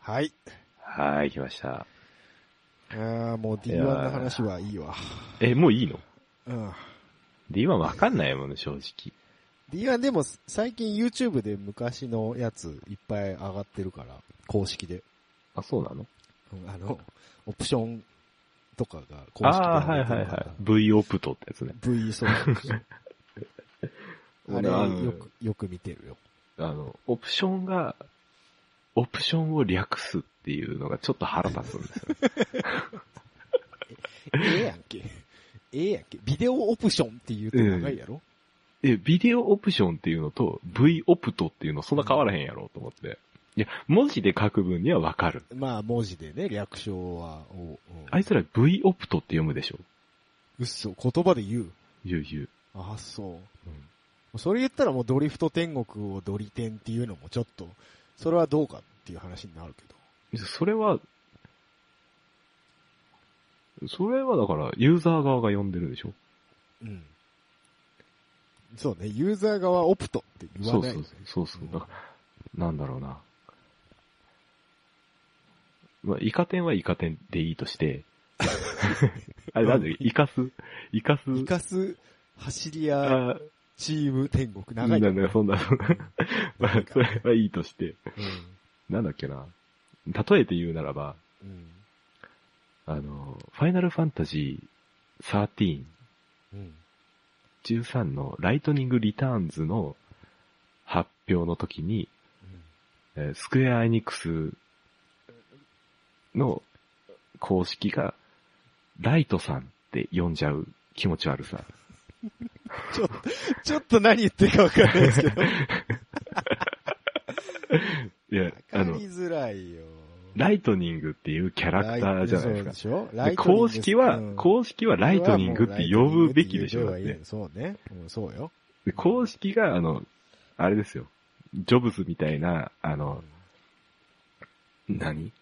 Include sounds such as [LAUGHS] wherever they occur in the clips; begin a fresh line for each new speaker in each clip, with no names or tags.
はい。
はい、来ました。
ああ、もう
い
D1
や
の
ー
話はいいわ。
え、もういいの
うん。
?D1 わかんないもんね、正直。
D1 でも最近 YouTube で昔のやついっぱい上がってるから、公式で。
あ、そうなの
うんあの、オプションとかが公式で
ああー、は
上
い
がって
は
る
い
から
はい。V オプトってやつね。
V そう。あれ、
[LAUGHS] 俺あ
よ
の
く、よく見てるよ。
あの、オプションが、オプションを略すっていうのがちょっと腹立つんです [LAUGHS] よ。
ええやんけ。ええやんけ。ビデオオプションって言うと長いやろ、
え、ビデオオプションっていうのと V オプトっていうのそんな変わらへんやろうと思って。いや、文字で書く分にはわかる。
まあ、文字でね、略称は、おうん
あいつら V オプトって読むでしょ
嘘、言葉で言う。
言う言う。
あ、そう。それ言ったらもうドリフト天国をドリテンっていうのもちょっと、それはどうかっていう話になるけど。
それは、それはだから、ユーザー側が呼んでるでしょ
うん。そうね、ユーザー側オプトって言わ
そう
な
そ
い。
うそう。そうそう。だから、なんだろうな。まあ、イカ天はイカ天でいいとして、 [LAUGHS] あれなんで、イカス、イカス、
生かす走り屋
あ
チーム天国、
ー
長いな。
な
うんん。
だ、そんな、そんなまあ、それはいいとして、なんだっけな。例えて言うならば、
うん。
あの、ファイナルファンタジー13、
うん。
13のライトニングリターンズの発表の時に、えースクエアエニックスの公式が、ライトさんって呼んじゃう気持ち悪さ。
ちょっと、ちょっと何言ってるかわかんない
[LAUGHS]
ですけど。わ
いや、
か
あの
り、づらいよ。
ライトニングっていうキャラクターじゃない
ライト
です
そう
か
で。しょラ
で
イトニング
公式は、
うん
公式はライトニングって呼ぶべきでしょ。だ
ラ
っ
イトニングって
て
呼べばいいそうね。うんそうよ。
で公式が、あの、あれですよ。ジョブズみたいな、あの、何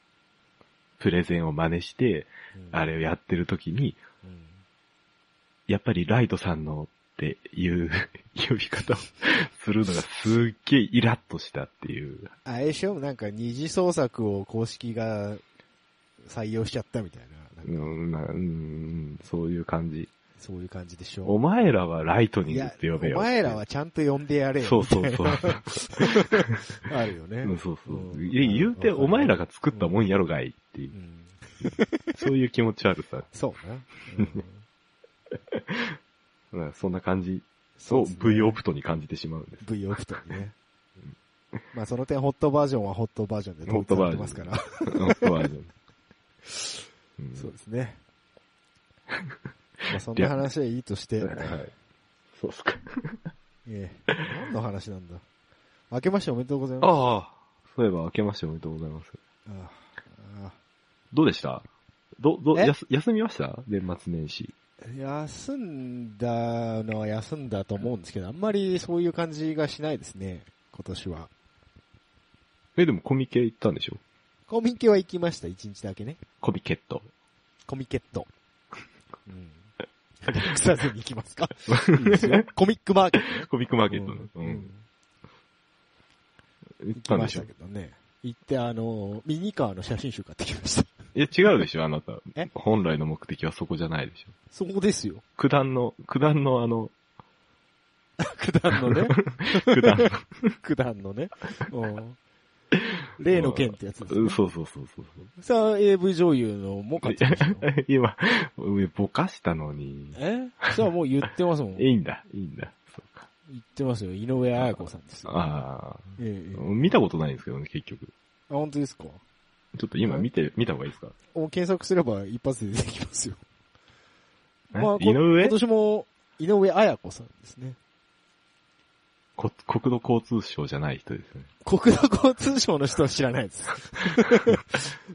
プレゼンを真似して、
うん
あれをやってる時に、
うん
やっぱりライトさんのっていう [LAUGHS] 呼び方をするのがすっげえイラッとしたっていう。
あれでしょなんか二次創作を公式が採用しちゃったみたいな。
う
なんか
ん、なうんそういう感じ。
そういう感じでし
お
ょ
前らはライト
い
ニングっ
や
て呼べ、よ。
お前らはちゃんと呼んでやれよ。
そうそう
[LAUGHS]
そう。
あるよね。
うんそうそうう。
ん
いや言うて、お前らが作ったもんやろがいっていうう。
ん
そういう気持ち悪さ。
そうな。うん
うん [LAUGHS] そんな感じ
そう
を
ですね
V オプトに感じてしまうんです。
V オプトにね。まあその点ホットバージョンはホットバージョンで統一されてますから。 [LAUGHS]
うんそうなんですうん
そうです
[LAUGHS]
ね。まあそんな話はいいとして、
はい。そうっすか。
ええ何の話なんだ明けましておめでとうございます。
ああ。そういえば、明けましておめでとうございます。
あああ
どうでしたど、ど、
え
やす休みました年末年始。
休んだのは休んだと思うんですけど、あんまりそういう感じがしないですね、今年は。
え、でもコミケ行ったんでしょ
コミケは行きました、一日だけね。
コミケット。
コミケット。うん。隠さずに行きます
[LAUGHS]
かいいですよコミックマーケットね。
コミックマーケット
うん
の。うん。行っ
行
た
き
ん
ま
で
し
しょ
たけどね。行って、あの、ミニカーの写真集買ってきました。
いや、違うでしょあなた
え。
本来の目的はそこじゃないでしょ
そこですよ。
九段の、九段のあの、
九段のね。
[LAUGHS] 九段の。
九段のね。うん例の剣ってやつです、
うん
ね。
そうそうそうそう。
さあ、AV 女優のも買ってきましたよ。
[LAUGHS] 今、ぼかしたのに。
えそうもう言ってますもん。
い
言
いんだ、いいんだ。そうか。
ってますよ。井上彩子さんですよ。
あ
ええ
あ、
ええ
見たことないんですけどね、結局。
あ、本当ですか
ちょっと今見て、見た方がいいですか
もう検索すれば一発で出てきますよ。
え
まあ、こ
井上
今年も井上彩子さんですね。
こ国土交通省じゃない人ですね。
国土交通省の人は知らない
[LAUGHS]
です。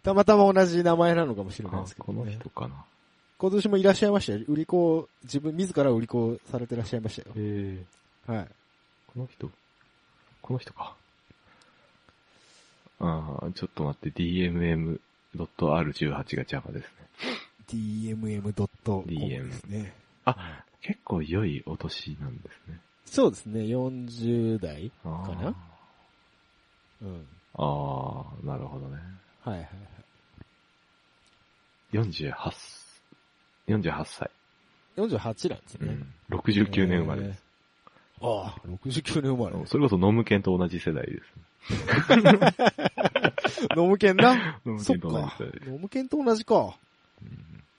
たまたま同じ名前なのかもしれない
あ
ですけど、
こ
ね。
の人かな。
今年もいらっしゃいましたよ。売り子を、自分自ら売り子されてらっしゃいましたよ
え。ー、
はい。
この人この人か。ああ、ちょっと待って、dmm.r18 が邪魔ですね。
dmm.com
です
ですね。
あ、結構良いお年なんですね。
そうですね、40代。
あー
かなうん。
あー、なるほどね。
はいはい。
48、48歳。
48なんです
う
ね。
ん。69年生まれです。
えー。ああ、69年生まれ。
それこそノムケンと同じ世代です。
ノムケン
[LAUGHS]
な。
ノ
[LAUGHS]
ム
そっ
ケンと同じ
か
世代で。
ノムケンと同じか。
す。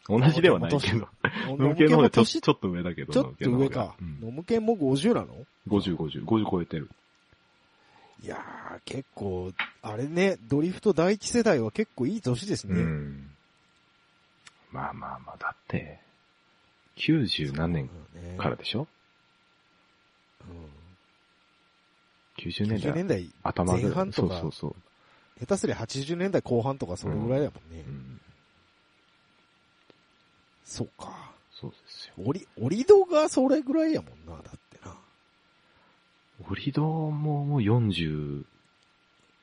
同じではないけど。ノムケンの方がちょち
ち
ょっと上だけど。
ょっと上か。ノムケンも50なの
50、50、50超えてる。
いやー、結構、あれね、ドリフト第一世代は結構いい年ですね。
うん。まあまあまあ、だって、90何年からでしょ
うん、
?90 年
90
代
年代、
頭ぐらい。
前半とか
そうそうそ
下手すりゃ80年代後半とかそれぐらいだもんね。
う。うん。
そうか。
そうですよ。
オリ、オリドがそれぐらいやもんな、だってな。
オリドももう40、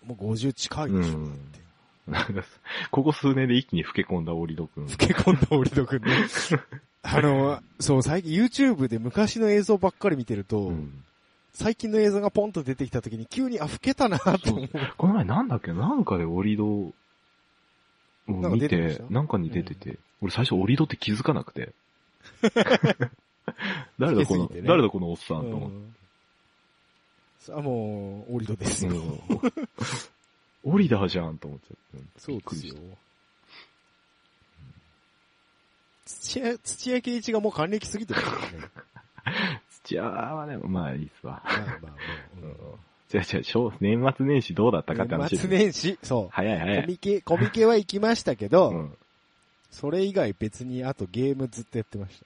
もう50近いでしょ、
うん
だって。
なんか、ここ数年で一気に老け込んだオリドくん。
付け込んだオリドくん
[LAUGHS]
ね。あの、そう、最近 YouTube で昔の映像ばっかり見てると、
うん
最近の映像がポンと出てきた時に急に、あ、老けたなと思う。
この前なんだっけなんかでオリドを見て、
なんか出てま
な
し
ん
た
かに出てて、俺最初オリドって気づかなくて。 [LAUGHS] 誰
老け
だこの、
すぎてね
誰だこのおっさんと思って。
ん、さあ、もう、オリドですよ。
うん [LAUGHS] オリダーじゃんと思っちゃって。
そう
びっく
で
り
す
し
よ
た。。
土屋、土屋圭一がもう還暦すぎてる
[LAUGHS]
からね。
土屋はね、まあいいっすわ。
まあまあまあ
う
うんん。
じゃあじゃあ小年末年始どうだったかって
年
話です
末
ね。
年始、そ。
早いう早
コ
い。
ミケ、コミケは行きましたけど、
うん
それ以外別にあとゲームずっとやってまし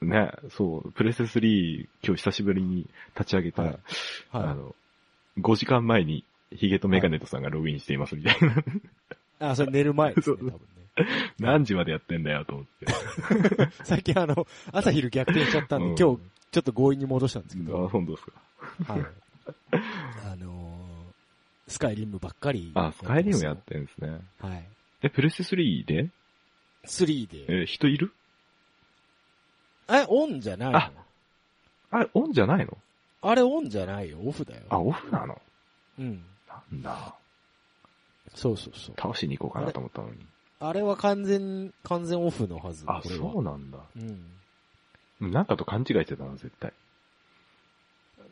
ね、そう、プレステ3今日久しぶりに立ち上げたら、
はいた。
あ
はい。
の、5時間前にヒゲとメガネとさんがログインしていますみたいな。
あ、それ寝る前ですね、多
[LAUGHS] そう
分ね。
[LAUGHS] 何時までやってんだよと思って。
最近あの、朝昼逆転しちゃったんで、
うん
今日ちょっと強引に戻したんですけど、
あ、本当ですか。
はい。あのー、スカイリムばっかり。
あ、スカイリムやってんですね。
はい。
え、プレステ3で
3で。
え、人いる
え、オンじゃないの
ああれ、オンじゃないの
あれオンじゃないよ、オフだよ。
あ、オフなの
うん。
なんだ。
そうそうそう。
倒しに行こうかなと思ったのに。
あれは完全、完全オフのはず。
あ、
これは
そうなんだ。
うん。
なんかと勘違いしてたの、絶対。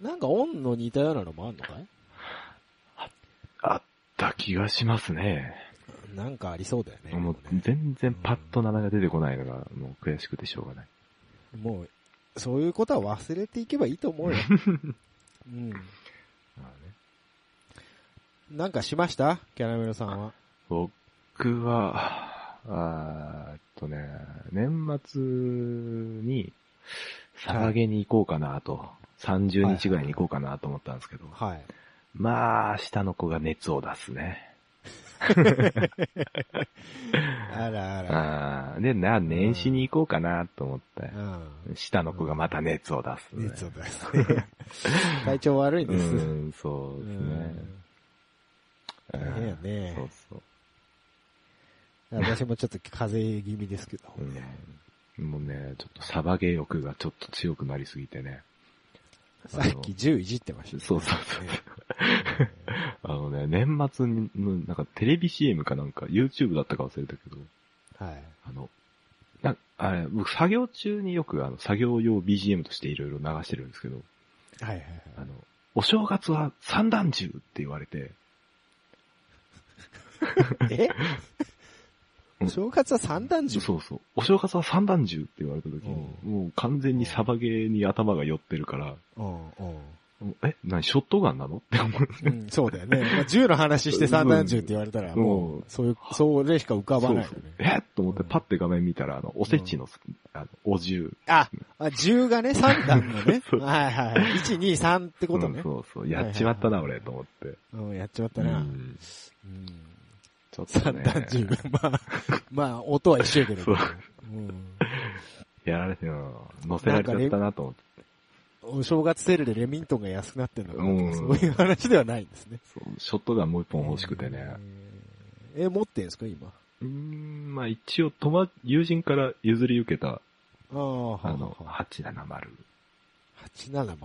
なんかオンの似たようなのもあんのかい
あった気がしますね。
なんかありそうだよね。
もう
でもね
全然パッと名前が出てこないのが、もう悔しくてしょうがない。
もう、そういうことは忘れていけばいいと思 [LAUGHS] うよ。うん。
まあね
なんかしましたキャラメルさんは。
僕は、あーえっとね、年末に、サラゲに行こうかなと、30日ぐらいに行こうかなと思ったんですけど、
はい。
まあ、下の子が熱を出すね。
あらあら。
あーで、な、年始に行こうかなと思って、
うん。
下の子がまた熱を出す、ね。
熱を出すね。 [LAUGHS] 体調悪いで
う
す。
ん、そうですね。
うん大変や
うんそう
ね。
そう。
私もちょっと風邪気味ですけどね。
うん、もうね、ちょっとサバゲ欲がちょっと強くなりすぎてね。
さっき銃いじってましたね。
そうそうそう
ね
あのね、年末に、なんかテレビ CM かなんか、YouTube だったか忘れたけど、
はい。
あの、なあれ、僕作業中によくあの、作業用 BGM としていろいろ流してるんですけど、
はいはいはい。
あの、お正月は三段重って言われて、
え
うん
お正月は三段銃
そうそう、お正月は三段重って言われた時に、
うん
もう完全にサバゲーに頭が寄ってるから、
うんうん。
もうえ、何、ショットガンなのって思う。
うん、そうだよね。まあ銃の話して三段銃って言われたら、も
うん
う、そういう、それしか浮かばないよ
そうそう
ね。
えっと思ってパッて画面見たら、あの、おせちの、あの、お重。。
あ、あ銃がね、三段のね
[LAUGHS] そう
はいはい。一、二、三ってこと
うん
ね。
そうそう、やっちまったな、
はいはい
俺、と思って。
うん、やっちまった
う
な。
ん
うん。
ちょっと
三
ね、
段銃。まあ、まあ、音は一緒やけど。
そう
うん。
やられてるの、乗せられちゃったなと思って。
お正月セールでレミントンが安くなってんのかなとか、
うん
そういう話ではないんですね。
そうショットガンもう一本欲しくてね。
えー。え、持ってんすか、今。
うーん、まあ一応、友達友人から譲り受けた、
ああ、は
あ
あ
の、
はあ
870。
870。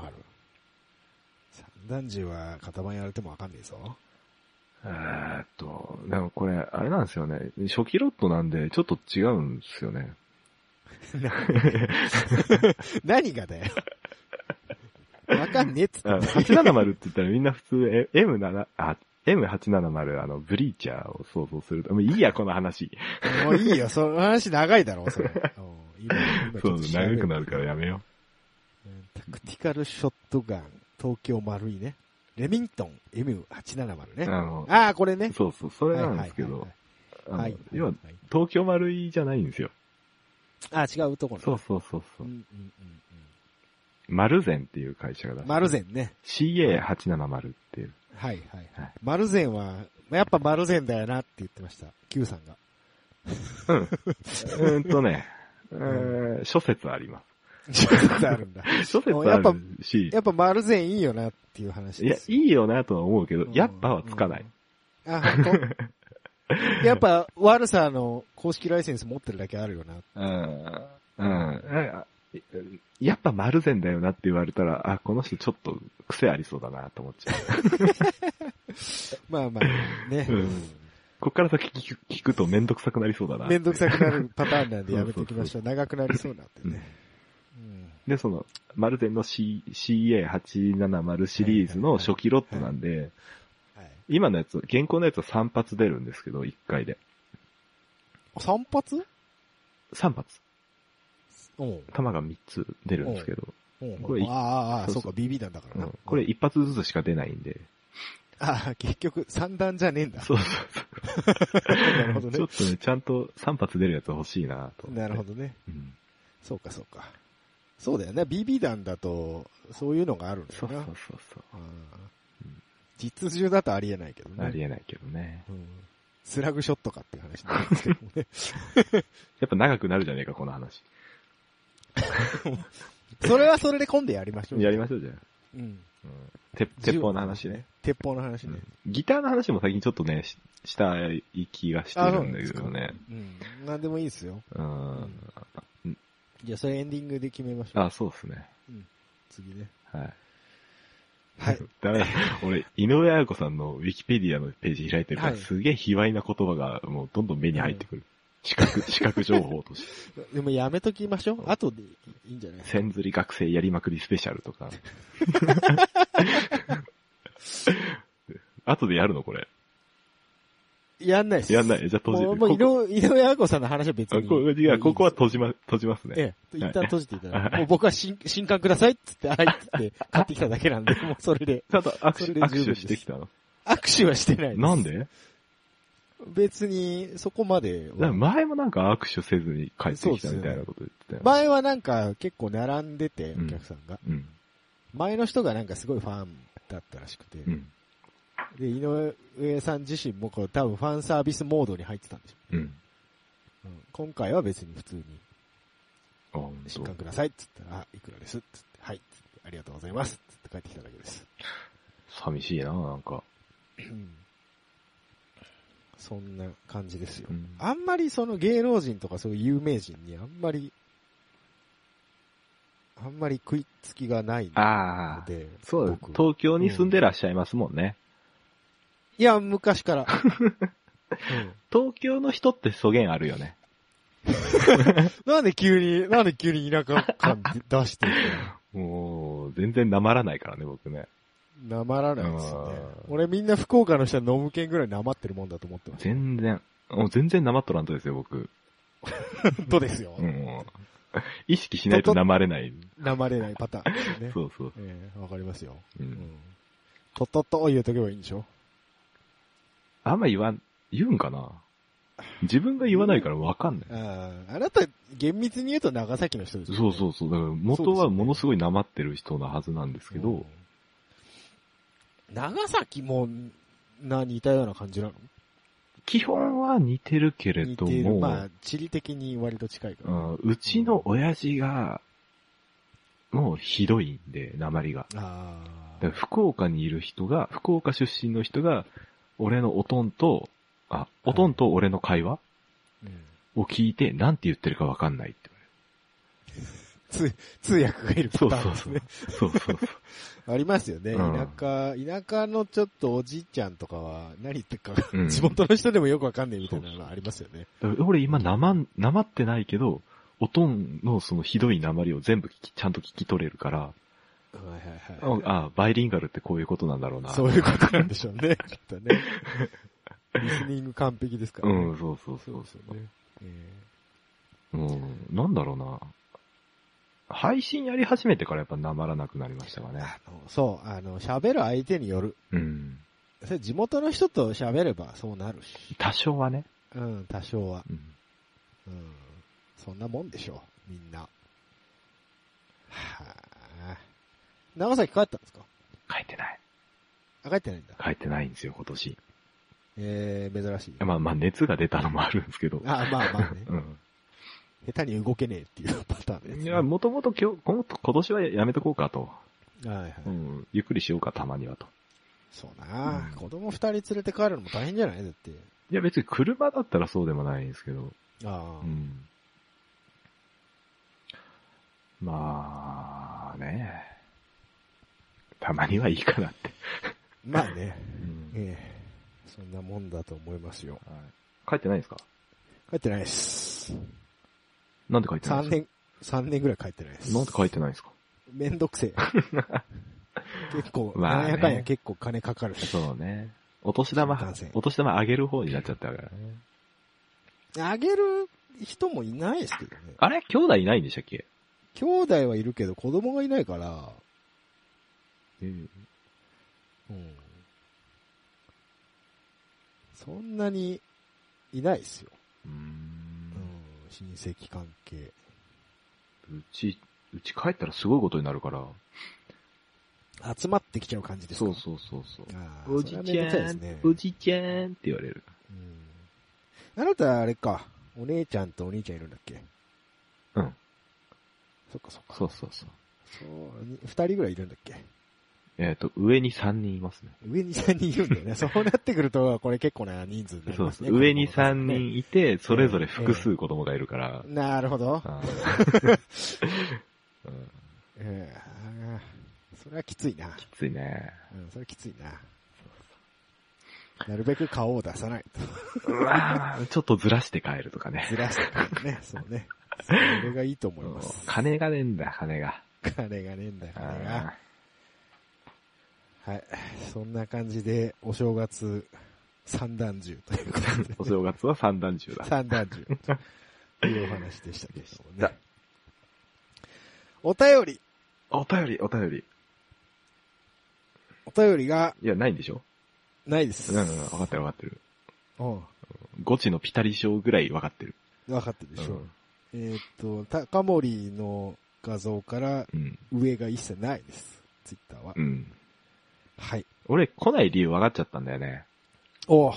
三段銃は型番やられてもわかんねえぞ。
えーっと、でもこれ、あれなんですよね。初期ロットなんで、ちょっと違うんですよね。
[LAUGHS] 何がだよ。わかんねえっつって
あの870って言ったらみんな普通、え M7、あ、M870、あの、ブリーチャーを想像すると、もういいや、この話。
もういいよ、その話長いだろ、
[LAUGHS]
それ。うん今今ち
そ
ょっと
うそう、
調べ
長くなるからやめよ
うんタクティカルショットガン、東京丸いね。レミントン M870
う。あ
ね。
の、
ああ、これね。
そうそう、そ
こ
れなんですけど、あの
はい。
要は、
い
東京丸いじゃないんですよ。
あー違うところ。
そうそうそうそうう。
んうんうん
丸善っていう会社が出
うん。
して
丸
る。
善ね。
CA870 っていう。
はいはいは
はいい。
丸善は、やっぱ丸善だよなって言ってました。Q さんが。 [LAUGHS]
うーんとね、うんーん諸説ありま
ちょっとあるんだ。
す。諸説
や
あ
っぱ
るし、
やっぱ丸善いいよなっていう話
いや
で、す。
いいよなとは思うけど
う、ん
やっぱはつかない。。
うんあ、本
[LAUGHS]
当やっぱ悪さの公式ライセンス持ってるだけあるよな。
うん。うん。やっぱ丸善だよなって言われたら、あ、この人ちょっと癖ありそうだなと思っ
[LAUGHS]
ちゃう。
まあまあ、ね。
うんこっから先聞く聞くとめんどくさくなりそうだな。
めんどくさくなるパターンなんでやめておきましょう。長くなりそうなんで
うん
ね。うん
で、その、丸善の C- CA870 シリーズの初期ロットなんで、
はい。
今のやつ、現行のやつは3発出るんですけど、1回で。
散発
3発。
うん。
弾が3つ出るんですけど、
うん
これ
ああ、ああ、
そ
そううか、
そう
BB 弾だから
う
な。
んこれ、1発ずつしか出ないんで、
ああ、結局、三段じゃねえんだ。
そうそうそう。
[LAUGHS] なるほど
ちょ
ね
っ。とね、ちゃんと3発出るやつ欲しいなと。
なるほど
ど。
ね。
うん、
そうか、そうか。そうだよね。BB 弾だと、そういうのがあるんだ
そ
よ
うそ
な
う。そうそ
ああ
うん
実銃だとありえないけど
う。あり
ね。
えないけどね。
うんスラグショットかっていう話なんですけど [LAUGHS] もね。
やっぱ長くなるじゃねえか、この話。
それはそれで今度やりましょう。
やりま
し
しょうじゃん。
ょう。うん。
うん、鉄鉄砲の話ね、
鉄砲の話
う
ね
ん。ギターの話も最近ちょっとね、ししたい気がしてるんだけどね。
うん。なんでもいいですよ。
うん。
じゃあ、それエンディングで決めましょう。
あ、そうですね。
次ね。
はい。 [LAUGHS]
はい。
ダメだ。俺、井上彩子さんのウィキペディアのページ開いてるから、
はい
すげえ卑猥な言葉がもうどんどん目に入ってくる。視覚、 [LAUGHS] 視覚情報として。
でもやめときましょう。後でいいんじゃないですか。
千釣り学生やりまくりスペシャル
[LAUGHS]
とか。 [LAUGHS] 後でやるのこれ。
やんないです。
やんない。じゃあ閉じ
もう、
る。
もう井
ここ
上、井上亜子さんの話は別
あ
に。
こいやここは閉じま、閉じますね。
ええ、一旦閉じていただいて。もう僕は新、新刊くださいっつって、はいっつって、買ってきただけなんで、もうそれで。
ちゃんと握
そ
手、
れで十
握
分
手
です
してきたの
握手はしてないです。
なんで
別に、そこまでは。
なんか前もなんか握手せずに帰ってきたみたいなこと言ってたよね
前はなんか結構並んでて、
うん
お客さんが。
うん。
前の人がなんかすごいファンだったらしくて。
うん。
で、井上さん自身もこう多分ファンサービスモードに入ってたんでしょ
うん。
う。うん今回は別に普通に、
あ、ほん
新
と
刊くださいっつったら、あ、いくらですっつって、はいっつって、ありがとうございますっつって帰ってきただけです。
寂しいな、なんか。
うんそんな感じですよ
う。ん
あんまりその芸能人とかそういう有名人にあんまり、あんまり食いつきがないの
ああ。
で、
そうです
僕。
東京に住んでらっしゃいますもんね。
いや、昔
[LAUGHS]
から。うん
東京の人って素言あるよね。
なんで急に、なんで急に田舎感出してる
もう、全然なまらないからね、僕ね。
のなまらないですよね
あー。
俺みんな福岡の人は飲む県ぐらいなまってるもんだと思って
[LAUGHS]
ます。
全然。もう全然なまっとらんとですよ、僕。
本当ですよ
う。ん。意識しないとなまれない。
なまれないパターンですよね。
そうそう。
ええわかりますよ。
う。
うんん。とっとっと言うとけばいいんでしょ
あんま言わん、言うんかな自分が言わないからわかんない。
あああなた、厳密に言うと長崎の人ですよね、
そうそうそう。だから元はものすごいなまってる人なはずなんですけ
う
ど
ん、長崎も、な、似たような感じなの
基本は似てるけれ
似
ど
てる。
も、
まあ、地理的に割と近いか
う
ら。
んうちの親父が、もうひどいんで、鉛が。
あ
だから
あ。
福岡にいる人が、福岡出身の人が、俺のおとんと、あ、おとんと俺の会話
うん
を聞いて、なんて言ってるかわかんないって
通通訳がいる
そ
パ
う
ター
そ
ン
う
です
そ
ね
う。。そうそうそう。
ありますよね。
うん
田舎、田舎のちょっとおじいちゃんとかは、何言ってるか、
うん
地元の人でもよくわかんないみたいなのありますよね。
だから俺今、なま、なまってないけど、おとんのそのひどいなまりを全部聞き、ちゃんと聞き取れるから、
はいはい
あ
はい。
あ、バイリンガルってこういうことなんだろうな。
そういうことなんでしょうね。きっとね。リスニング完璧ですからね。
うん、そうそうそう
ですよね。え
うん、なんだろうな。配信やり始めてからやっぱなまらなくなりましたか
ー
ね。
あのそう、あの、喋る相手による。
うん。
それ地元の人と喋ればそうなるし。
多少はね。
うん、多少は。
うん
うん。そんなもんでしょう、みんな。はぁ。長崎帰ったんですか
書いてない。
あ、帰ってないんだ。
書いてないんですよ、今年。
えー、珍しい。
まあまあ、熱が出たのもあるんですけど。
あ、まあまあね。
うん。
下手に動けねえっていう [LAUGHS] パターンです、ね。
いや、もともと今日、今今年はやめとこうかと。
はいはい。
うん。ゆっくりしようか、たまにはと。
そうなあ、
うん
子供二人連れて帰るのも大変じゃないだって。
いや、別に車だったらそうでもないんですけど。
ああ、
うん。まあ、ねたまにはいいかなって。
まあね。
うん
ええそんなもんだと思いますよ。
はい書いてないんですか
帰ってないです。
なんで書いてないん
三
です
年、三年ぐらい帰ってないで
か
す。
なんで書いてないんですか
めんどくせ
[LAUGHS]
え。結構、
まあ
な
ね
んやかんや結構金かかるし。
そうね。お年玉
新幹線、
お年玉あげる方になっちゃったからね。
あげる人もいないですけどね。
あれ兄弟いないんでしたっけ
兄弟はいるけど子供がいないから、うん。そんなにいないですよ。
うー。
うんん、親戚関係。
うち、うち帰ったらすごいことになるから。
集まってきちゃう感じですか
そうそうそうそう。
あー
おじち
それはめ
ゃん
どくさいですね、
おじちゃんって言われる。
うん。あなた、あれか。お姉ちゃんとお兄ちゃんいるんだっけ
うん。
そっかそっか。
そうそうそう。
そう、に二人ぐらいいるんだっけ
えっ、と、上に3人いますね。
上に三人いるんだよね。そうなってくると、これ結構な人数になり
そう
ま
ですす。
ね。
上に
子供の
3
数ね。
人いて、それぞれ複数子供がいるから。
なるほど。
あーうん
ええそれはきついな。
きついね。
うん、それはきついな。なるべく顔を出さないと。
うわーちょっとずらして帰るとかね。
ずらしてくる
[LAUGHS]
ね。そうね。それがいいと思います。
金がねえんだ、金が。
金がねえんだよ、金が。
あ
はい。そんな感じで、お正月三段重ということで
ーお正月は三段中だ。
三段重というお話でしたけれども
でし
ね。お便り、
お便り、お便り。
お便りが
いや、ないんでしょ
ないです。
うんうん、分かってる分かってる。
うん。
ゴチのピタリ賞ぐらい分かってる。
分かってるでしょ。
うん
えーっと、高森の画像から
うん。
上が一切ないです。ツイッターは。
うん。
はい。
俺、来ない理由分かっちゃったんだよね。
おう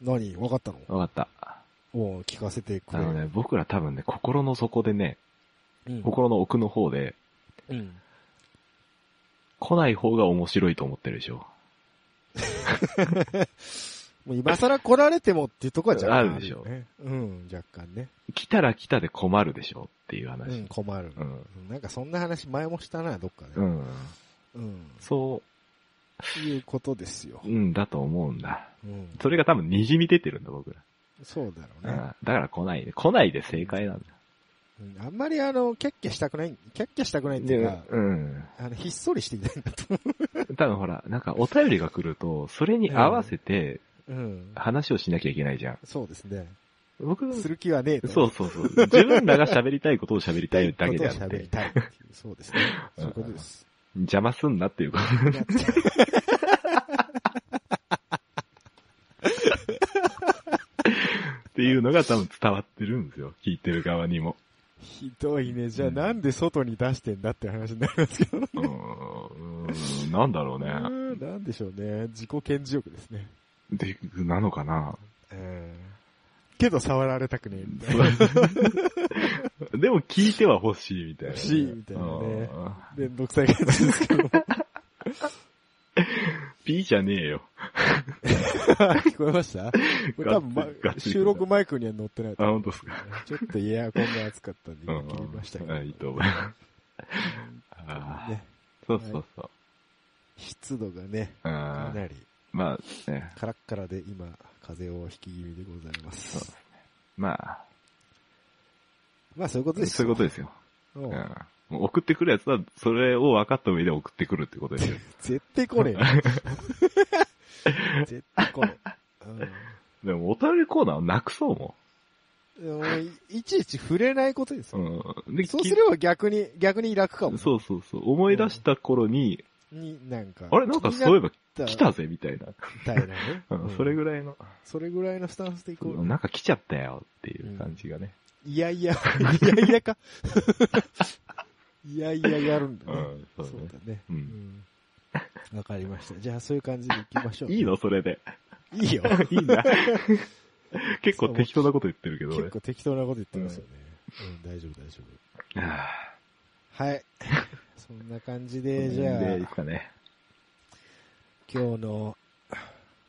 何分かったの
分かった。
おう聞かせてく
あ
れ。
のね、僕ら多分ね、心の底でね、
うん。
心の奥の方で、
うん。
来ない方が面白いと思ってるでしょ。
もう今更来られてもっていうところは若干
あるでしょ
ねうん、若干ね。
来たら来たで困るでしょっていう
うん、
話。
困る
う。ん。
なんかそんな話前もしたな、どっか
う
で。
ん。
うん。
そ
いうことですよ
う、。うんだと思うんだ。
うん。
それが多分滲み出てるんだ、僕ら。
そうだろう
うん。
ね。
だから来ないで。来ないで正解なんだ。
うんあんまりあの、キャッキャしたくない、キャッキャしたくないっていうか、
うん。
あの、ひっそりしていきたいんだと思
多分ほら、なんかお便りが来ると、それに合わせて
う。うん。
話をしなきゃいけないじゃん。
そうですね。
僕、
する気はねえと。
そうそうそう。自分らが喋りたいことを喋りたいだけであ
こと
っ
を喋り
て、
たいっていう。そうですね。
うん
そういうことです。
邪魔すんなって [LAUGHS] いうこと。
だって
っていうのが多分伝わってるんですよ。聞いてる側に [LAUGHS] も。
ひどいね。じゃあなんで外に出してんだって話になりますけど。
うーん、なんだろう
う
ね。
ーんなんでしょうね。自己顕示欲ですね。
で、なのかな
うんけど触られたくねえみたいな。
そうでも聞いては欲しいみたいな、
欲しいみたいなね
うん。
めんどくさい感じですけど。 [LAUGHS]
ピーじゃねえよ。
聞こえましたこれ多分、ま
ガッツリガッツリ
収録マイクには乗ってないと
あ、
思う
本当ですか。
ちょっとエアコンが暑かったんで、今切りましたけ
うん
ど。
いいと思います。あー
ね、
そうそうそう。
湿度がね、
う
か
ん。
なり
まあ、ね、
カラッカラで今、風邪を引き気味でございま
そうです
す。
ね。まあ、
まあそういうことです
そういうことですよ。
と
うん。もう送ってくるやつは、それを分かった上で送ってくるってことですよ。
[LAUGHS] 絶対来ねえよ。
[LAUGHS]
絶対来ねえ。うん
でも、お便りコーナーをなくそうも
でもいちいち触れないことですよ。
ん。うん。で
そう
き
すれば逆に、逆に楽かも。
そうそうそう。思い出した頃に、
に、なんか。
あれなんかそういえ
ば
ば来たぜ、みたいな。
みたいなね。
[LAUGHS] うん、それ
らい。
ぐらいの、
それぐらいのスタンスでいこう。
なんか来ちゃったよっていう感じがね。
いや
[LAUGHS]
いや、いやいやか。いやいややるんだ
う
ね。
ん、そうね。
だね。
うん
うんわかりました。じゃあそういう感じでいきましょう。
いいのそれで。
いいよ。
[LAUGHS] いいんだ。結構適当なこと言ってるけど、
結
俺。
構適当なこと言ってますよね。うん、大丈夫大丈夫。はい。そんな感じで、じゃあ、
で、いい
今
っすかね。
日の、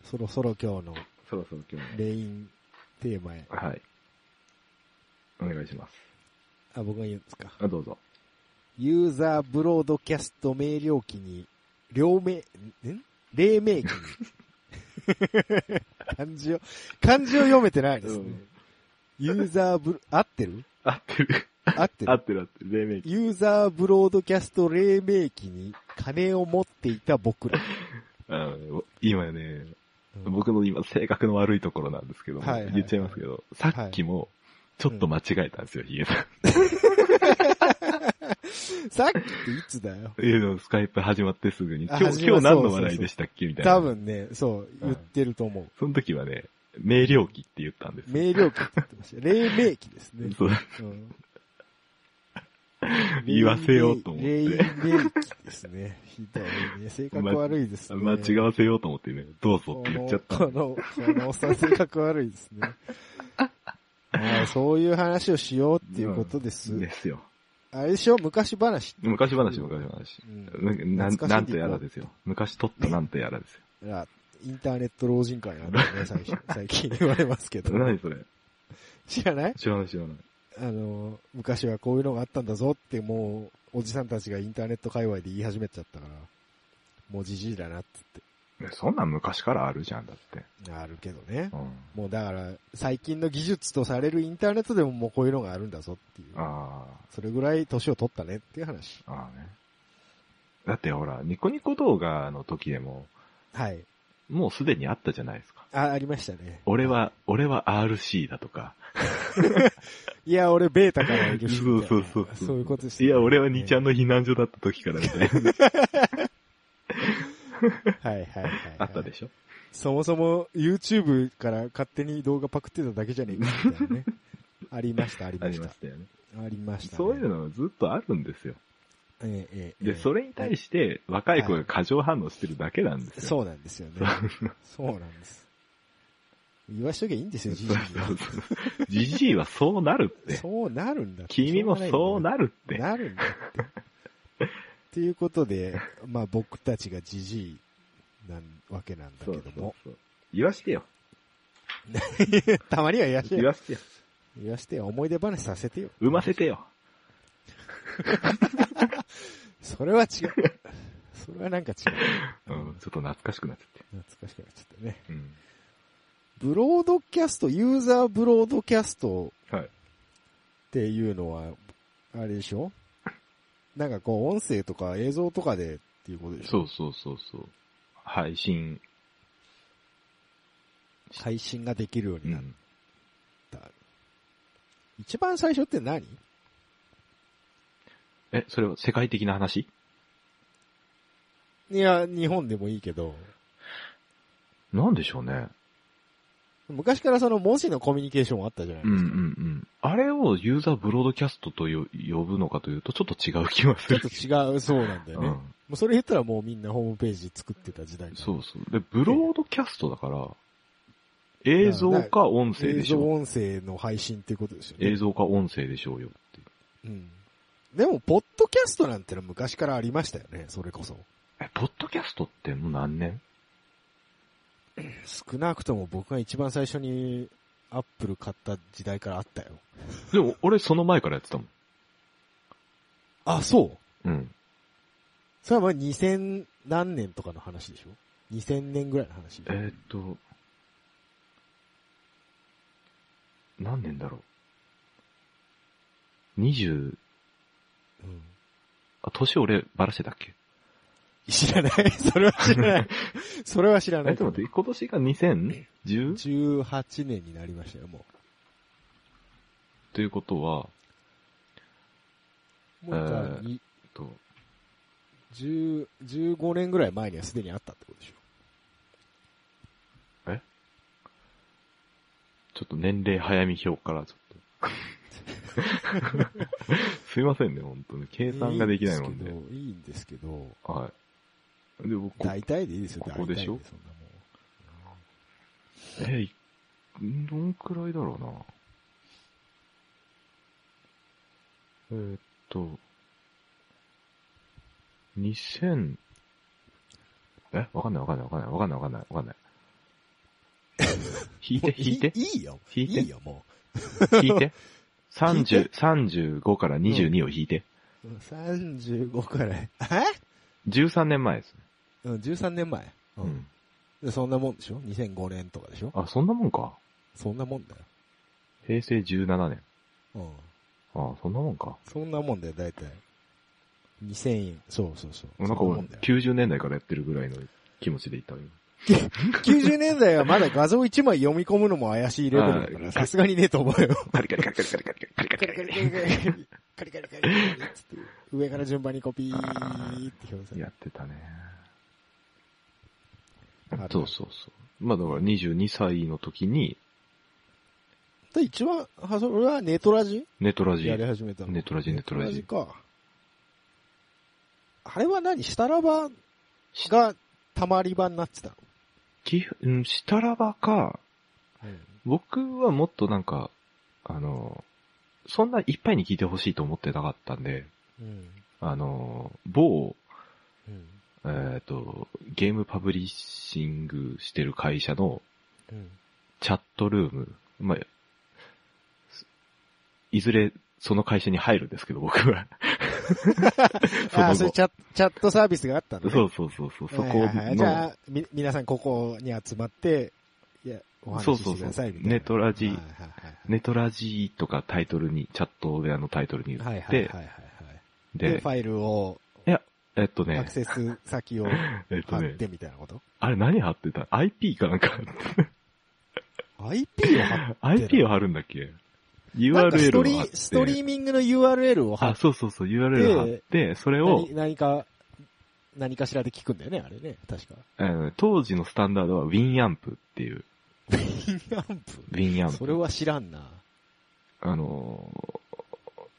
そろそろ今日の
そろそろ今日も
メインテーマへ。
はい。お願いします。
あ、僕が言うんですか。
あ、どうぞ。
ユーザーブロードキャスト明瞭期に、両名、ん黎明期に。漢字を、漢字を読めてないですね。
うん
ユーザーブロ、合ってる
合ってる。
合って
合
る。
ってる合ってる。黎明期。
ユーザーブロードキャスト黎明期に金を持っていた僕ら。
うん今ね、
うん
僕の今性格の悪いところなんですけども、
はいはい
言っちゃいますけど、さっきも、ちょっと間違えたんですよ、ヒゲさん。 [LAUGHS]
さっきっていつだよ。
いやでもスカイプ始まってすぐに、今
あ
日、
始まる
今日何の話題でしたっけみたいな。
多。分ね、そう、言ってると思う。
その時はね、明瞭期って言ったんですよ。
明瞭期って言ってました。黎明期ですね。
そう。
うん
言わせようと思って
黎明期ですね。ひどいね。性格悪いですね。
間違わせようと思ってね、どうぞ
こ
って言っちゃ
の、
った
こ
の。
の、このおっさん性格悪いですね。まあそういう話をしようっていうことです。
ですよ。
あれでしょ昔話。
昔話、昔話。
うん。
なん
懐かしんでいこう
なんとやらですよ。昔撮ったなんとやらですよ。
いやインターネット老人会なんだよね、最近、最近言われますけど。
何それ
知らない
知らない知らない。
あの、昔はこういうのがあったんだぞってもう、おじさんたちがインターネット界隈で言い始めちゃったから、もうじじいだなっつって。
えそんなん昔からあるじゃん、だって。
あるけどね
う。ん。
もうだから、最近の技術とされるインターネットでももうこういうのがあるんだぞっていう。
あ
それぐらい年を取ったねっていう話。
あ、ああね。だってほら、ニコニコ動画の時でも、
はい。
もうすでにあったじゃないですか。
あ、ありましたね。
俺。は、俺は RC だとか。
いや、俺ベータからい
[LAUGHS]
る
そう
しみたいな
そうそう。
そういうことです、
いや、俺は2ちゃんの避難所だった時からみたい
[LAUGHS]
な。
はいはいはい。
あったでしょ
そもそも YouTube から勝手に動画パクってただけじゃねえかみたいな
[LAUGHS]
ね。ありました、あり
あ
ま
り
し
ま
た
し。たよね。
ありました、ね。
そういうのはずっとあるんですよ。
ええ。ええ
で、そ
れ、
れに対して若い子が過剰反応してるだけなんですよ。
そうなんですよ
[LAUGHS]
ね。そうなんです。言わしときゃいいんですよ、じじい
[LAUGHS] そう
は
そうそう [LAUGHS] じじいはそうなるって。
そうなるんだって。
君もそう
る
なるっ
って。
て。
なるんだって。っていうこと
[LAUGHS]
で、まあ僕たちがじじいなんわけなんだけ
そう
ど
そう
も。
そう。言わしてよ。
たまには癒やして
言
よ。
わしてよ。
癒やしてよ思い出話させてよ。
産ませてよ。
それは違う。それはなんか違う。
うん、ちょっと懐かしくなっちゃっ
懐かしくなっちゃったね。
て。うん。
ブロードキャスト、ユーザーブロードキャスト
はい。
っていうのは、あれでしょなんかこう、音声とか映像とかでっていうことでしょ
そうそうそうそう。配信。
配信ができるよう
う
になっ
ん。
た。一番最初って何
え、それは世界的な話
いや、日本でもいいけど、
なんでしょうね。
昔からその文字のコミュニケーションはあったじゃない
うん
で
うん
す
う
か。
ん。あれをユーザーブロードキャストとよ呼ぶのかというと、ちょっと違う気がす
ちょっ
る。
と違う、そうなんだよね。
う
も
ん。
うそれ言ったらもうみんなホームページ作ってた時代から
そうそう。で、ブロードキャストだから、映像か音声
映
でし
像
ょう。
音声の配信っていうことですよね。
映像か音声でしょうよって。
うん。でも、ポッドキャストなんてのは昔からありましたよね、それこそ。
え、ポッドキャストってもう何年
少なくとも僕が一番最初にアップル買った時代からあったよ。
でも、俺その前からやってたもん。
あ、そう
うん。
それはまあ2000何年とかの話でしょ ?2000 年ぐらいの話でしょ
えーっと、何年だろう。20、
うん
あ、年俺ばらしてたっけ
知らない。 [LAUGHS] それは知ら
[LAUGHS]
ない。それは知らな
え、
い
で。も今年が 2010?
18年になりましたよ、も
ということは、
う。もうじゃあ
えー
い
えっと、
10 15年ぐらい前にはすでにあったってことでしょ。
ちょっと年齢早見表からちょ [LAUGHS] っと。すいませんね、本当に。計算ができないもんで。
いいんですけど、いいんです
はい。で、僕
けど、、大体でいいですよ、
ここでしょ
大体そんなもん
え、いどんくらいだろうな。えーっと、2000、え、わかんないわかんないわかんないわかんないわかんないわかんない。 [LAUGHS] 引いて、引いて
もう、いいいよ。
引いて
いよ、も
引いて。30、35から22を引いて。
う。うん35から、
[LAUGHS]
え
13年前ですね。
うん、13年前。う
うんん。
で。そんなもんでしょ ?2005 年とかでしょ
あ、そんなもんか。
そんなもんだよ。
平成17年。
うん。
ああ、そんなもんか。
そんなもんだよ、大体。2000円。そうそうそう。
なんか
そ
俺
もだよ
90年代からやってるぐらいの気持ちでいたよ。
90年代はまだ画像1枚読み込むのも怪しいレベルだか
は
ら、
い
さすがにねえと思うよ。
カリカリカリカリカリカリカリカ
カリ
リカ
カリ
リ
カ
カ
リカリカリカリカリカリカリっつって上から順番にコピーって表
リ。
示
やってたね。
ある
そうそうそう。まあだから22歳の時に、
で、一番、は、それはネトラジ
ネトラジ
やり始めたの。
ネトラジネトラジ
ネか。あれは何したらばがたまり場になってたの
きうん、したらばか、僕はもっとなんか、あの、そんないっぱいに聞いてほしいと思ってなかったんで、
うん。
あの、某、
うん。
えっ、と、ゲームパブリッシングしてる会社の
うん。
チャットルーム、まあ、すいずれその会社に入るんですけど、僕は。そ
あ
の
あ、そういう
後
チャットチャットサービスがあったのね
そうそうそうそう、そこ
はいはいはいじゃ
の、
あ、み、皆さんここに集まって、いや、お
そう
話し
そ
し
う
てく
そ、
ださいうみたいな。
ネトラジ、
はいはいはいはい
ネトラジとかタイトルに、チャットであのタイトルに言
はい
っ
はいはい
て
は、いはい。で、
で
フ、ァイルを、
えっと
ア
ね
ク、セス
[LAUGHS]
先を
えっと
貼っ
ね、
てみたいなこと
あれ何貼ってた ?IP かなんか
?IP を貼っ
?IP を貼るんだっけ
なんかス
?URL
ト
を
リ
貼って。
ストリーミングの URL を貼
あ、
っ
そうそうそう、URL 貼って、それ
て、
を
何、何か、何かしらで聞くんだよね、あれね、確か。
あの当時のスタンダードは WinAmp っ
[LAUGHS]
ていう、
ウィンアンプ
WinAmp。
それは知らんな。
あのー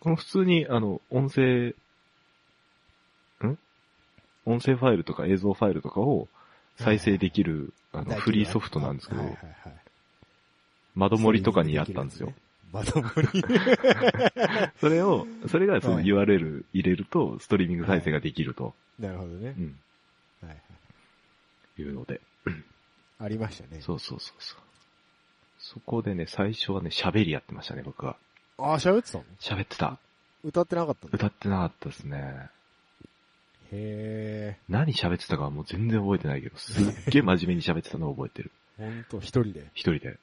この普通に、あの、音声、ん音声ファイルとか映像ファイルとかを再生できる、あの、フリーソフトなんですけど
はい、はいはい
窓盛りとかにやった
[LAUGHS]
んですよ。。
窓盛り。
それを、それがその
はい
URL 入れると、ストリーミング再生ができると、
なるほどね
う。ん、
はいはい
いうので。
ありましたね。
そうそうそうそう。そこでね、最初はね、喋りやってましたね、僕は。
ああ、喋ってたの
喋ってた。
歌ってなかったの
歌ってなかったですね。
へえ、
何喋ってたかはもう全然覚えてないけど、すっげえ真面目に喋ってたのを覚えてる。
ほんと、一人で。
一人で。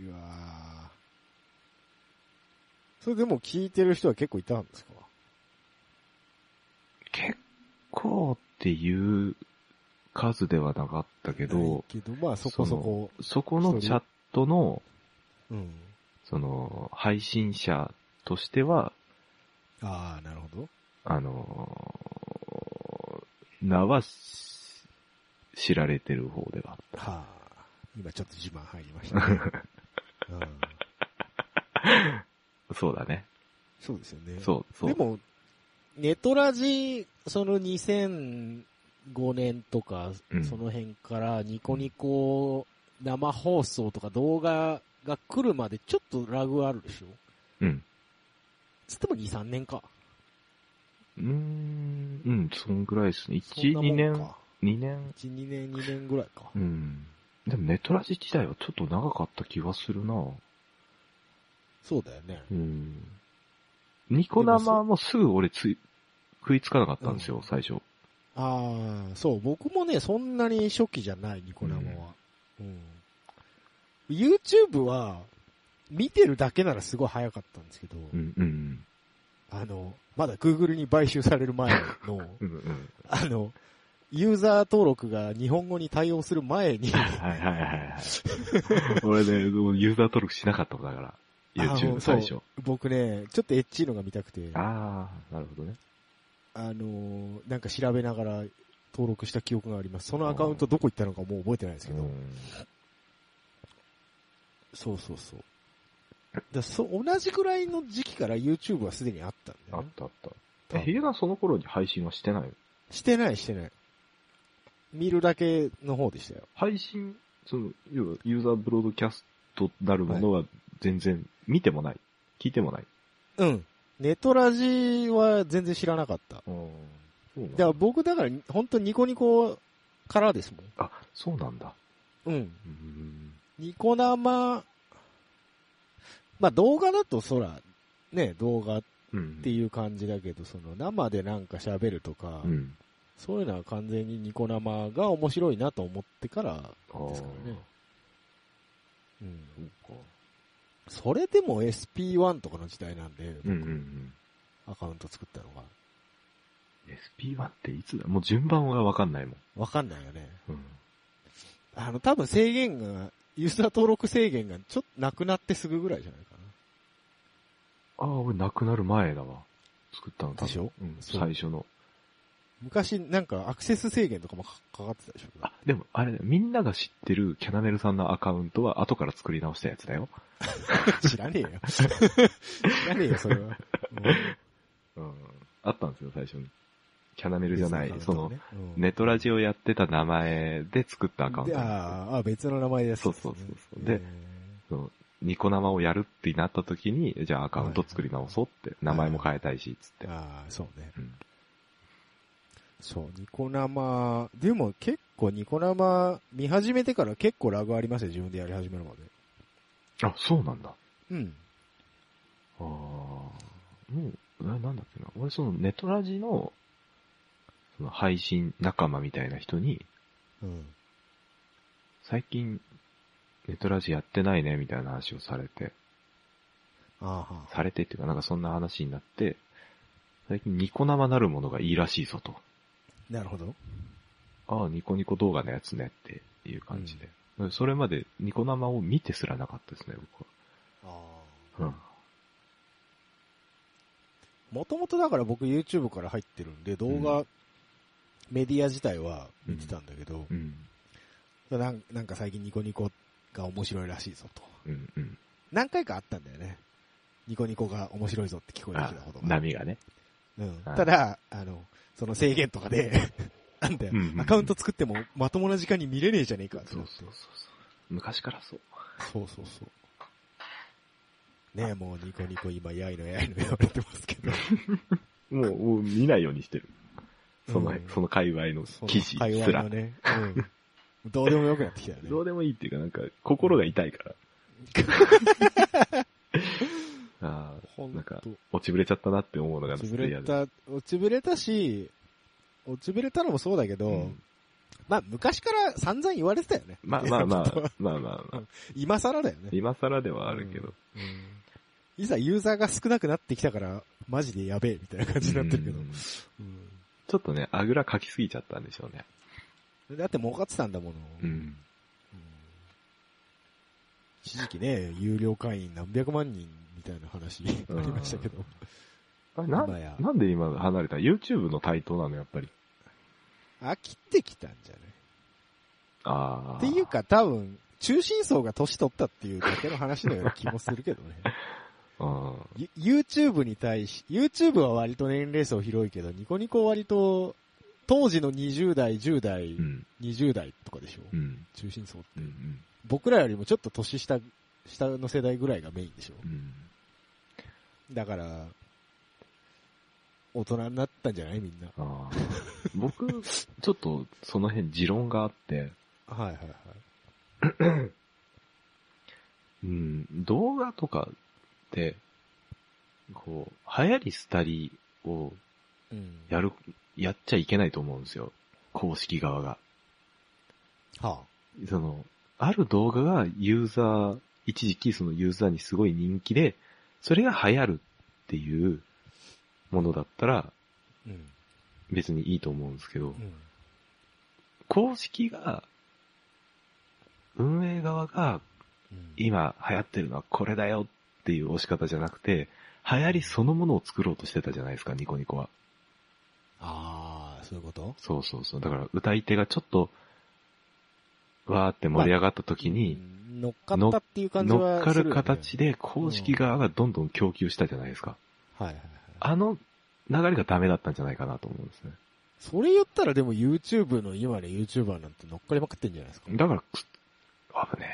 うわーそれでも聞いてる人は結構いたんですか
結構っていう数ではなかったけど、
ないけど、まあそこそこ。
そこのチャットの、
うん。
その、配信者としては、
ああ、なるほど。
あのー名はし知られてる方ではあっ
はあ。今ちょっと自慢入りました、
[LAUGHS]
ね。うん、
た。そうだね。
そうですよね。
そう、そう。
でも、ネトラジ、その2005年とか、
うん
その辺からニコニコ生放送とか動画が来るまでちょっとラグあるでしょ
うん。
つっても2、3年か。
うーん、うん、そんぐらいですね。
そん
1、
なも
2
ん
年、
か。
2年、
1、2年、2年ぐらいか。
うん。でもネトラジ自体はちょっと長かった気はするな
そうだよね。
うん。ニコ生もすぐ俺つい、食いつかなかったんですよ、
うん
最初。
ああ、そう、僕もね、そんなに初期じゃない、ニコ生は。うん。YouTube は、見てるだけならすごい早かったんですけど、
うん、うん、
あの、まだ Google に買収される前 [LAUGHS] の、
うん。うん、うん。
あの、ユーザー登録が日本語に対応する前 [LAUGHS] に、
はいはいはいはい。 [LAUGHS] 俺ね、ユーザー登録しなかったもんだから。
あ
YouTube 最初
そ。う僕ね、ちょっとエッチいのが見たくて、あ
ああ、なるほどね。
の、なんか調べながら登録した記憶があります。そのアカウントどこ行ったのかもう覚えてないですけど、そうそうそう。だそ同じぐらいの時期から YouTube はすでにあったんだよ
あっ
ね
たあった。
多
え
分
ヒゲダンその頃に配信はしてないの
してないしてない。見るだけの方でしたよ。
配信、その、要はユーザーブロードキャストなるものは全然見てもない。聞いてもない。
うん。ネトラジは全然知らなかった。
そうなん
だか
だ
ら僕だから本当ニコニコからですも
あ、そうなんだ。
ん。うん。
うん
ニコ生、まあ動画だとそら、ね、動画っ
うん。
ていう感じだけど、その生でなんか喋るとか、
うん。
そういうのは完全にニコ生が面白いなと思ってから
あー
ですからね。うん。
そうか
それでも SP1 とかの時代なんで、
うんうんうん。
アカウント作ったのが。
SP1 っていつだもう順番がわかんないもん。
わかんないよね。
うん。
あの、多分制限が、ユーザー登録制限がちょっとなくなってすぐぐらいじゃないか
ああ、俺亡くなる前だわ。作ったの多分
でしょ
うん、
そう
最初の。
な。昔なんかアクセス制限とかもかかかってたでしょ。
あ、でもあれだよ、みんなが知ってるキャナメルさんのアカウントは後から作り直したやつだよ。
知らねえよ。知らねえよ、それは。
うん。あったんですよ、最初に。キャナメルじゃない、その、、ネ
ね
トラジオやってた名前で作ったアカウン
で
ト
あ
なんで
ーあー、別の名前です、
そうそうそうそう
へ
で
ー
すよ。そうニコ生をやるってなった時に、じゃあアカウント作り直そうって、名前も変えたいし、つって。
ああ、そうね。
うん
そう、ニコ生、でも結構ニコ生見始めてから結構ラグありますよ、自分でやり始めるまで。
あ、そうなんだ。
うん。
ああ、もう、ななんだっけな。俺そのネトラジの、その配信仲間みたいな人に、
うん。
最近、ネトラジやってないね、みたいな話をされて、
あーは
されてっていうか、なんかそんな話になって、最近ニコ生なるものがいいらしいぞと。
ーなるほど。
ああ、ニコニコ動画のやつねっていう感じで。それまでニコ生を見てすらなかったですね、僕
ああ。
は。
もともとだから僕 YouTube から入ってるんで、動画、
う
メディア自体は見てたんだけど
う、ん。
なんなんか最近ニコニコが面白いらしいぞと。
うん。うん。
何回かあったんだよね。ニコニコが面白いぞって聞こえてきたこと
あ
が。
波がね。
うん
はい
ただ、あの、その制限とかで、 [LAUGHS] なんだよ
うんうんう、ん
アカウント作ってもまともな時間に見れねえじゃねえかって
そう
なっ
そう
て。
そうそう。昔からそう。
そうそうそう。ねえ、もうニコニコ今、やいのやいの言われてますけど。
もう、もう見ないようにしてる。 [LAUGHS] その、
うん
その界隈の記事
会
す
話
ら
の。ね。うん。どうでもよくなってきたよね。
どうでもいいっていうか、なんか、心が痛いから。
[LAUGHS]
ああ、
ほん
なんか
と。
落ちぶれちゃったなって思うのが
落
ず
ち
っ
ぶ
と嫌
れ
で。
た、落ちぶれたし、落ちぶれたのもそうだけど、
うん
まあ昔から散々言われてたよね。
まあまあま
っていうこと
あ
は、
まあまあまあ、
今更だよね。
今更ではあるけど。
いざユーザーが少なくなってきたから、マジでやべえみたいな感じになってるけど
う。ん
うん
ちょっとね、あぐらかきすぎちゃったんでしょうね。
だって儲かってたんだもの。
うん。
うん一時期ね、有料会員何百万人みたいな話ありましたけど。
あれな
今や
ん、なんで今離れた ?YouTube の台頭なの、やっぱり。
飽きてきたんじゃな
ああ。
いっていう。か多分、中心層が年取ったっていうだけの話のような気もするけどね。 [LAUGHS]
ああ。
ゆ YouTube に対し、YouTube は割と年齢層広いけど、ニコニコ割と、当時の20代、10代、
うん。
20代とかでしょ、
うん。
中心層って。
うん。
僕らよりもちょっと年下、下の世代ぐらいがメインでしょ
うん。
だから、大人になったんじゃないみんな。
ああ。僕、ちょっと、その辺、持論があって、
はいはいはい。
うん、動画とかって、こう、流行り廃りを
うん。
やる、やっちゃいけないと思うんですよ。公式側が。
は
その、ある動画がユーザー、一時期そのユーザーにすごい人気で、それが流行るっていうものだったら
あ。うん。
別にいいと思うんですけど、
うん。
公式が、運営側が
うん、
今流行ってるのはこれだよっていう押し方じゃなくて、流行りそのものを作ろうとしてたじゃないですか、ニコニコは。
ああ、そういうこと
そうそうそう。だから歌い手がちょっと、わーって盛り上がった時に、
うん乗っかったっていう感じ
乗っ
は
か
するよね、
る形で公式側がどんどん供給したじゃないですか。
はいはいはい。
あの流れがダメだったんじゃないかなと思うんですね。
それ言ったらでも YouTube の今の YouTuber なんて乗っかりまくってんじゃないですか。
だからく、危ね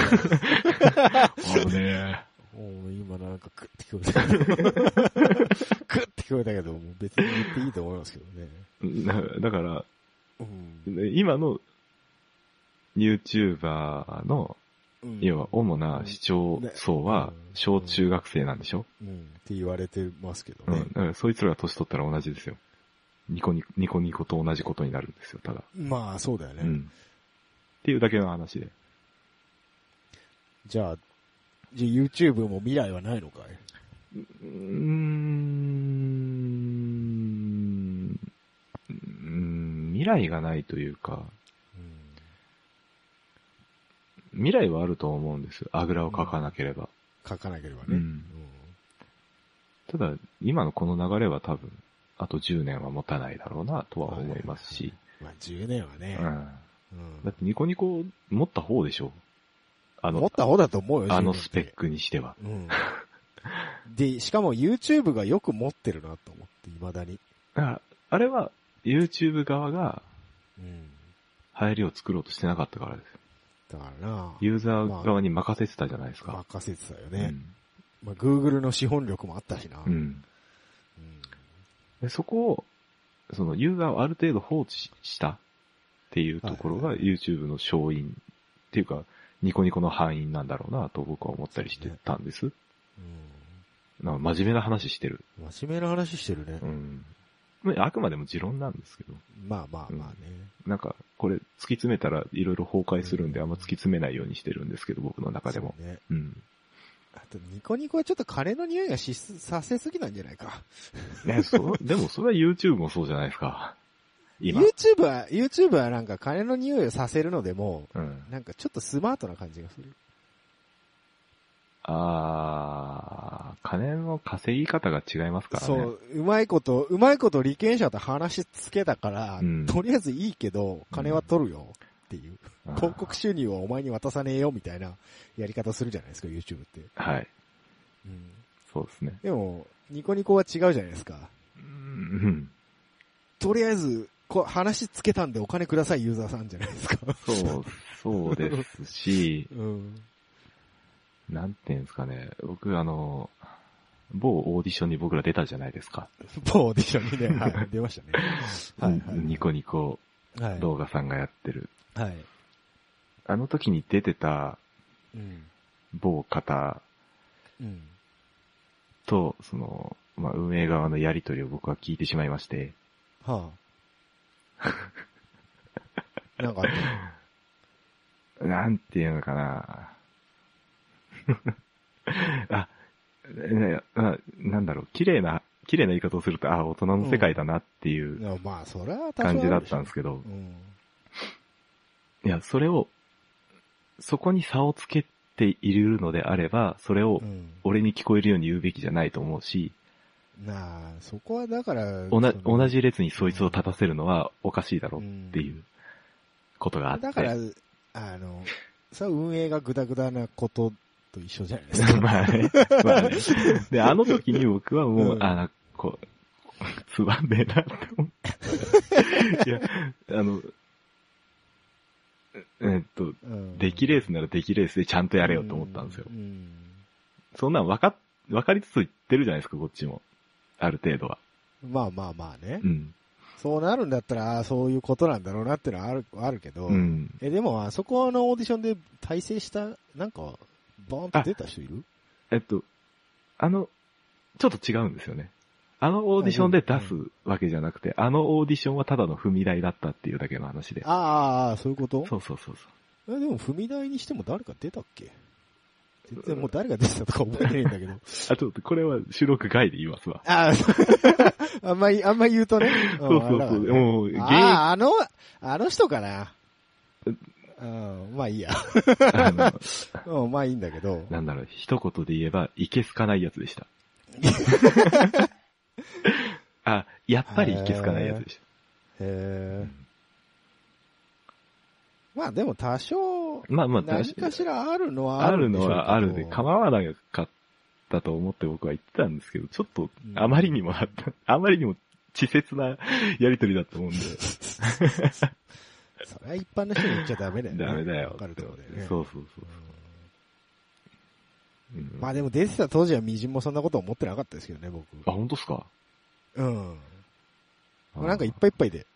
え。危 [LAUGHS] ね
もう今なんかクッて聞こえたけど。クッて聞こえたけど、もう別に言っていいと思いますけどね。
え。なだから、
うん。
今の YouTuber の、要は主な視聴層は
ねうん
小中学生なんでしょ
うん。うん。って言われてますけど
うん。
ね
だ。からそいつらが年取ったら同じですよ。ニコニコ、ニコニコと同じことになるんですよ、ただ。
まあ、そうだよね。
うん。っていうだけの話で。
じゃあ、じゃあ YouTube も未来はないのかいう
ーんうーん未来がないというか、
うん。
未来はあると思うんです。あぐらをかかなければ。
書かなければね。
うんただ、今のこの流れは多分、あと10年は持たないだろうなとは思いますし。
まあ、10年は
う
ね
ん。。
うん
だってニコニコ持った方でしょ。あ
持
の
っ、た方だと思うよ、
あの
10年っ
ス
て
ペックにしては。
うん。で、しかも YouTube がよく持ってるなと思って、未だに。
だから、あれは YouTube 側が
うん。
流行りを作ろうとしてなかったからです。
だからな
ユーザー側に任せてたじゃないですか。
任せてたよ
う
ね。
ん
まあ、Google の資本力もあったしな。
う。ん。でそこを、そのユーザーをある程度放置したっていうところ
は
が
い
YouTube の勝因っていうか、ニコニコの範囲なんだろうなと僕は思ったりしてたんです。
う
なんか真面目な話してる。
ん。真面目な話してるね
う。ん。まああくまでも持論なんですけど、
まあまあまあね。
なんかこれ突き詰めたらいろいろ崩壊するんであんま突き詰めないようにしてるんですけど、僕の中でも。
そうね。
うん。
あと、ニコニコはちょっと金の匂いがしす、させすぎなんじゃないか。
ね、
[LAUGHS]
そう、でもそれは YouTube もそうじゃないですか。今。
YouTube は、YouTube はなんか金の匂いをさせるのでも、
うん。
なんかちょっとスマートな感じがする。
あー、金の稼ぎ方が違いますからね。
そう、うまいこと、うまいこと利権者と話しつけたから、
うん
とりあえずいいけど、金は取るよっていう。
あー
広告収入はお前に渡さねえよみたいなやり方するじゃないですか、YouTube って。
はい。そうですね。
でも、ニコニコは違うじゃないですか。
うん。
とりあえず、こう話つけたんでお金くださいユーザーさんじゃないですか。、
そう、そうですし [LAUGHS]
うん。
なんていうんですかね。僕、あの、某オーディションに僕ら出たじゃないですか。
某オーディションにね、はい、出ましたね。はい、はい。
ニコニコ
はい。
動画さんがやってる。
はい。
あの時に出てた
うん。
某方
うん。
と、その、まあ、運営側のやりとりを僕は聞いてしまいまして、
は [LAUGHS] あ。なんかあった、
なんていうのかな。 [LAUGHS] あ、ねあなんだろう、綺麗な、綺麗な言い方をすると、あ、大人の世界だなっていう
いやまあ、それは多少ある
感
で
じ
しょ
だったんですけど、
うん。
いや、それを、そこに差をつけているのであれば、それを
うん。
俺に聞こえるように言うべきじゃないと思うし、
なあ、そこはだから、そ
同
の
同じ列にそいつを立たせるのはおかしいだろうっていうことがあって。
だから、あの、それは運営がグダグダなことと一緒じゃないですか。
[LAUGHS] まあね。まあね。で、あの時に僕はもう、
うん
あの、こう、つまんねえなって思 [LAUGHS] って。いや、あの、ええっと、
うん
出来レースなら出来レースでちゃんとやれよと思ったんですよ
う。ん。
そんなん分かっ、分かりつつ言ってるじゃないですか、こっちも。ある程度は。
まあまあまあね。
うん。
そうなるんだったら、ああそういうことなんだろうなってのはある、あるけど、
うん。
え、でも、あそこのオーディションで体制した、なんか、バーンと出た人いる
えっと、あの、ちょっと違うんですよね。あのオーディションで出すわけじゃなくて、あのオーディションはただの踏み台だったっていうだけの話で。
ああああ、そういうこと
そうそうそうそ
え、でも踏み台にしても誰か出たっ [LAUGHS] け全然もう誰が出てたとか覚えてないんだけど。
う。あ、ちょっとこれは収録外で言いますわ。
[LAUGHS] あ [LAUGHS] あ、そうあんまり、あんま言うとね。
そ
[LAUGHS] そう
そうそう。もう、現役、
ああ、あの、あの人かな。うん、まあいいや。 [LAUGHS]
あの
うん、まあいいんだけど。
なんだろう、一言で言えば、いけすかないやつで
[LAUGHS]
した。あ、やっぱりいけすかないやつでし
へ
た
え。。まあでも多少、
まあまあ、
何かしらあるのは
あ
ある
る
んで
の
しょうけど
はあるで、構わなかったと思って僕は言ってたんですけど、ちょっと
うん
あ
[LAUGHS]
まりにもあった、あまりにも稚拙なやりとりだと思うんで、
それは一般の人に言っちゃダメだよね。
ダメだよ。
わかるところでね。
そうそうそうう。うん
んまあでも出てた当時はみじんもそんなこと思ってなかったですけどね、僕。
あ、本当っすか
うん。
あ
なんかいっぱいいっぱいで。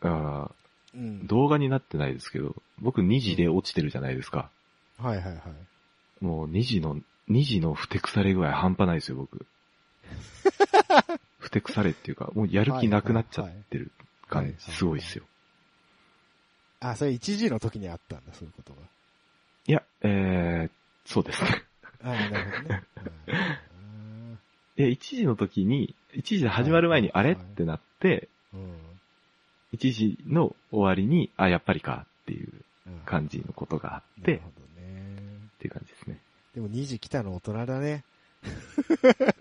あ
うん。
動画になってないですけど、僕2時で落ちてるじゃないですか。
はいはいはい。
もう2時の、2時のふてくされ具合半端ないです
[LAUGHS]
よ、僕。ふてくされっていうか、もうやる気なくなっちゃってる
は
感
いはい
じ、すごいですよ。
あ、それ一時の時にあったんだ、そういうこと
いや、えー、そうです [LAUGHS] ね。
が。ああ、なるほど
[LAUGHS]
ね。
いや、1時の時に、1時で始まる前にあ
はい
れっ
はい
てなって、
うんうん
1時の終わりに、あ、やっぱりかっていう
うん
感じのことがあっ
な
て、っ
るほどね。
ていう感じですね。
でも2時来たの大人だね。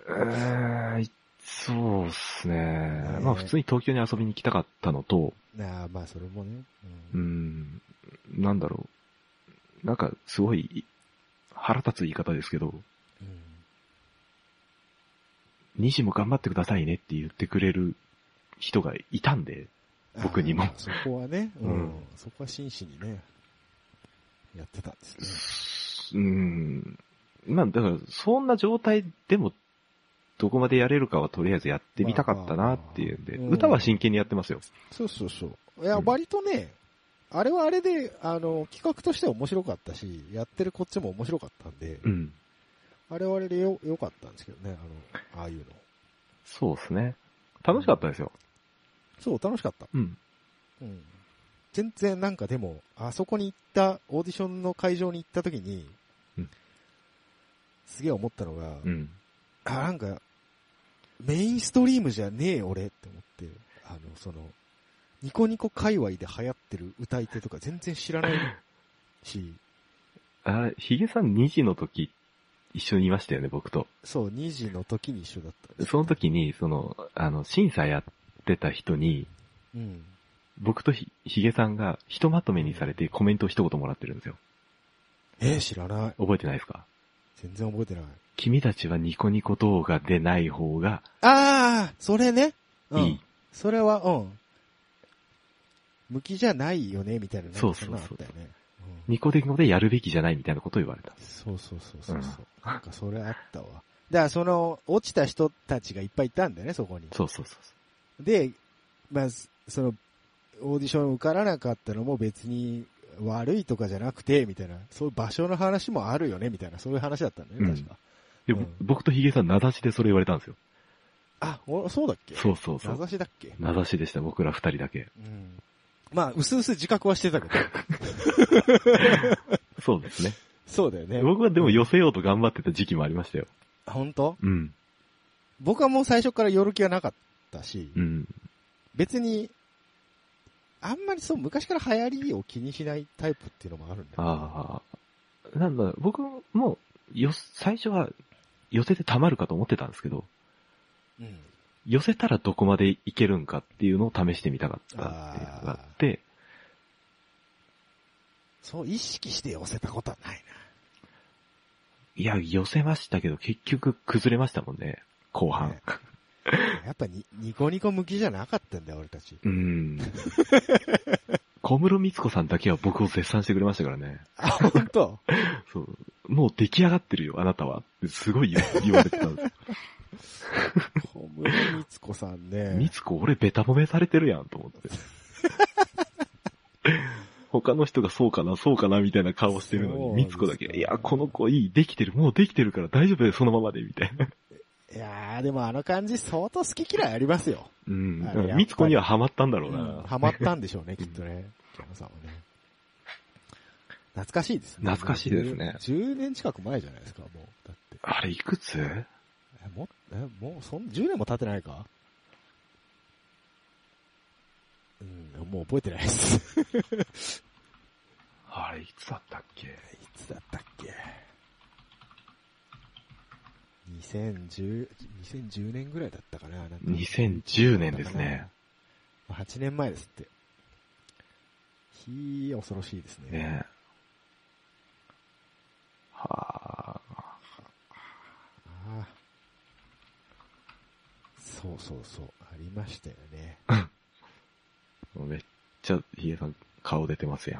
うん、そうですね
ね。
まあ普通に東京に遊びに来たかったのと、
なあ、まあそれもね。
うーん、なんだろう。なんか、すごい、腹立つ言い方ですけど、
うん
2時も頑張ってくださいねって言ってくれる人がいたんで、僕にも
あーそこはね、うん、
うん
そこは真摯にね、やってたんですね。
うーん。まあ、だから、そんな状態でも、どこまでやれるかはとりあえずやってみたかったなっていうん
ま
で、
あまあ
歌は真剣にやってますよ。
そうそうそう。いや、
うん
割とね、あれはあれで、あの、企画としては面白かったし、やってるこっちも面白かったんで、
うん。
あれはあれでよ、良かったんですけどね、あの、ああいうの。
そうですね。楽しかったですよ。
そう、楽しかった。
うん。
うん。全然なんかでも、あそこに行った、オーディションの会場に行った時に、
うん
すげえ思ったのが、
うん。
あ、なんか、メインストリームじゃねえ俺って思って、あの、その、ニコニコ界隈で流行ってる歌い手とか全然知らないし、
あれ、ヒゲさん2時の時、一緒にいましたよね、僕と。
そう、2時の時に一緒だったんです
その時に、その、あの、審査やってた人に、
うん。
僕とひヒゲさんがひとまとめにされてコメントを一言もらってるんですよ。
えー知らない。
覚えてないですか
全然覚えてない。
君たちはニコニコ動画でない方が
あー、それね。
い
うん。
い。
それは、うん。向きじゃないよね、みたいな。なんか
そうそうそうん
なのあったよね。うん
ニコニコでやるべきじゃないみたいなことを言われた。
そうそうそうそううんそう。なんかそれあったわ。だからその、落ちた人たちがいっぱいいたんだよね、そこに。
そうそうそう
で、まあ、そその、オーディション受からなかったのも別に悪いとかじゃなくて、みたいな、そういう場所の話もあるよね、みたいな、そういう話だったんだよね、
うん
確か。
で
うん
僕とヒゲさん、名指しでそれ言われたんですよ。
あ、おそうだっけ
そうそうそ
名
う。
指しだっけ
名指しでした、僕ら二人だけ。
うん。まあ、うすうす自覚はしてたけ
[LAUGHS]
ど。
そうですね。
そうだよね。
僕はでも寄せようと頑張ってた時期もありましたよ。
本当
うん。
僕はもう最初から寄る気はなかったし、
うん。
別に、あんまりそう、昔から流行りを気にしないタイプっていうのもあるんだよね。
ああ。なんだ、僕も、よ、最初は寄せて溜まるかと思ってたんですけど、
うん。
寄せたらどこまでいけるんかっていうのを試してみたかったっていうのがあって、
そう、意識して寄せたことはない
いや、寄せましたけど、結局崩れましたもんね。後半
ね。な。やっぱに、ニコニコ向きじゃなかったんだよ、俺たち。
うん。小室光子さんだけは僕を絶賛してくれましたからね。
あ、本
[LAUGHS]
当。
そう。もう出来上がってるよ、あなたは。ってすごい言う言われてたんですよ。
小室みつこさん
光
ね。
子俺ベタ褒めされてるやん、と思って。 [LAUGHS] 他の人がそうかな、そうかな、みたいな顔してるの
そう
に、
なんです
光
か
子だけ、いや、この子いい、できてる、もうできてるから大丈夫だよ、そのままで、みたいな。
いやー、でもあの感じ相当好き嫌いありますよ。
うん。
あれやっぱり
みつこにはハマったんだろう
うん
な。
ハマったんでしょうね、きっとね。キャノさんはね。懐かしいですね。
懐かしいですね
10年近く前じゃないですか、もう。だって。
あれいくつ
え、も、え、もう、そん、10年も経ってないかうん、もう覚えてないです。 [LAUGHS]
あれいつだったっけ
いつだったっけ ?2010、2010年ぐらいだったかななんか
?2010 年ですね。
8年前ですって。ひー、恐ろしいですね。
ねはあ。
ああそうそうそう、ありましたよね。
めっちゃ、ヒゲさん顔出てますや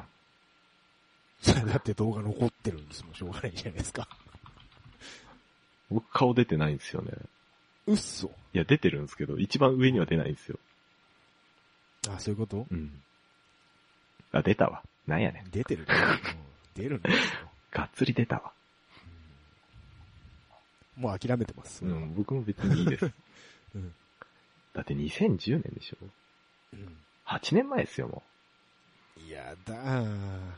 [LAUGHS]
ん。
だって動画残ってるんですもん、しょうがないじゃないですか。
僕顔出てないんですよね。
うっそ。
いや、出てるんですけど、一番上には出ないんですよ。
あ、そういうこと
うん。あ、出たわ。なんやねん。
出てるね。うん出るんですよ。
がっつり出たわ。
うんもう諦めてます。
う
それは
ん、僕も別にいいです。
[LAUGHS] うん
だって2010年でしょ
うん
?8 年前ですよ、も
いやだー。
う。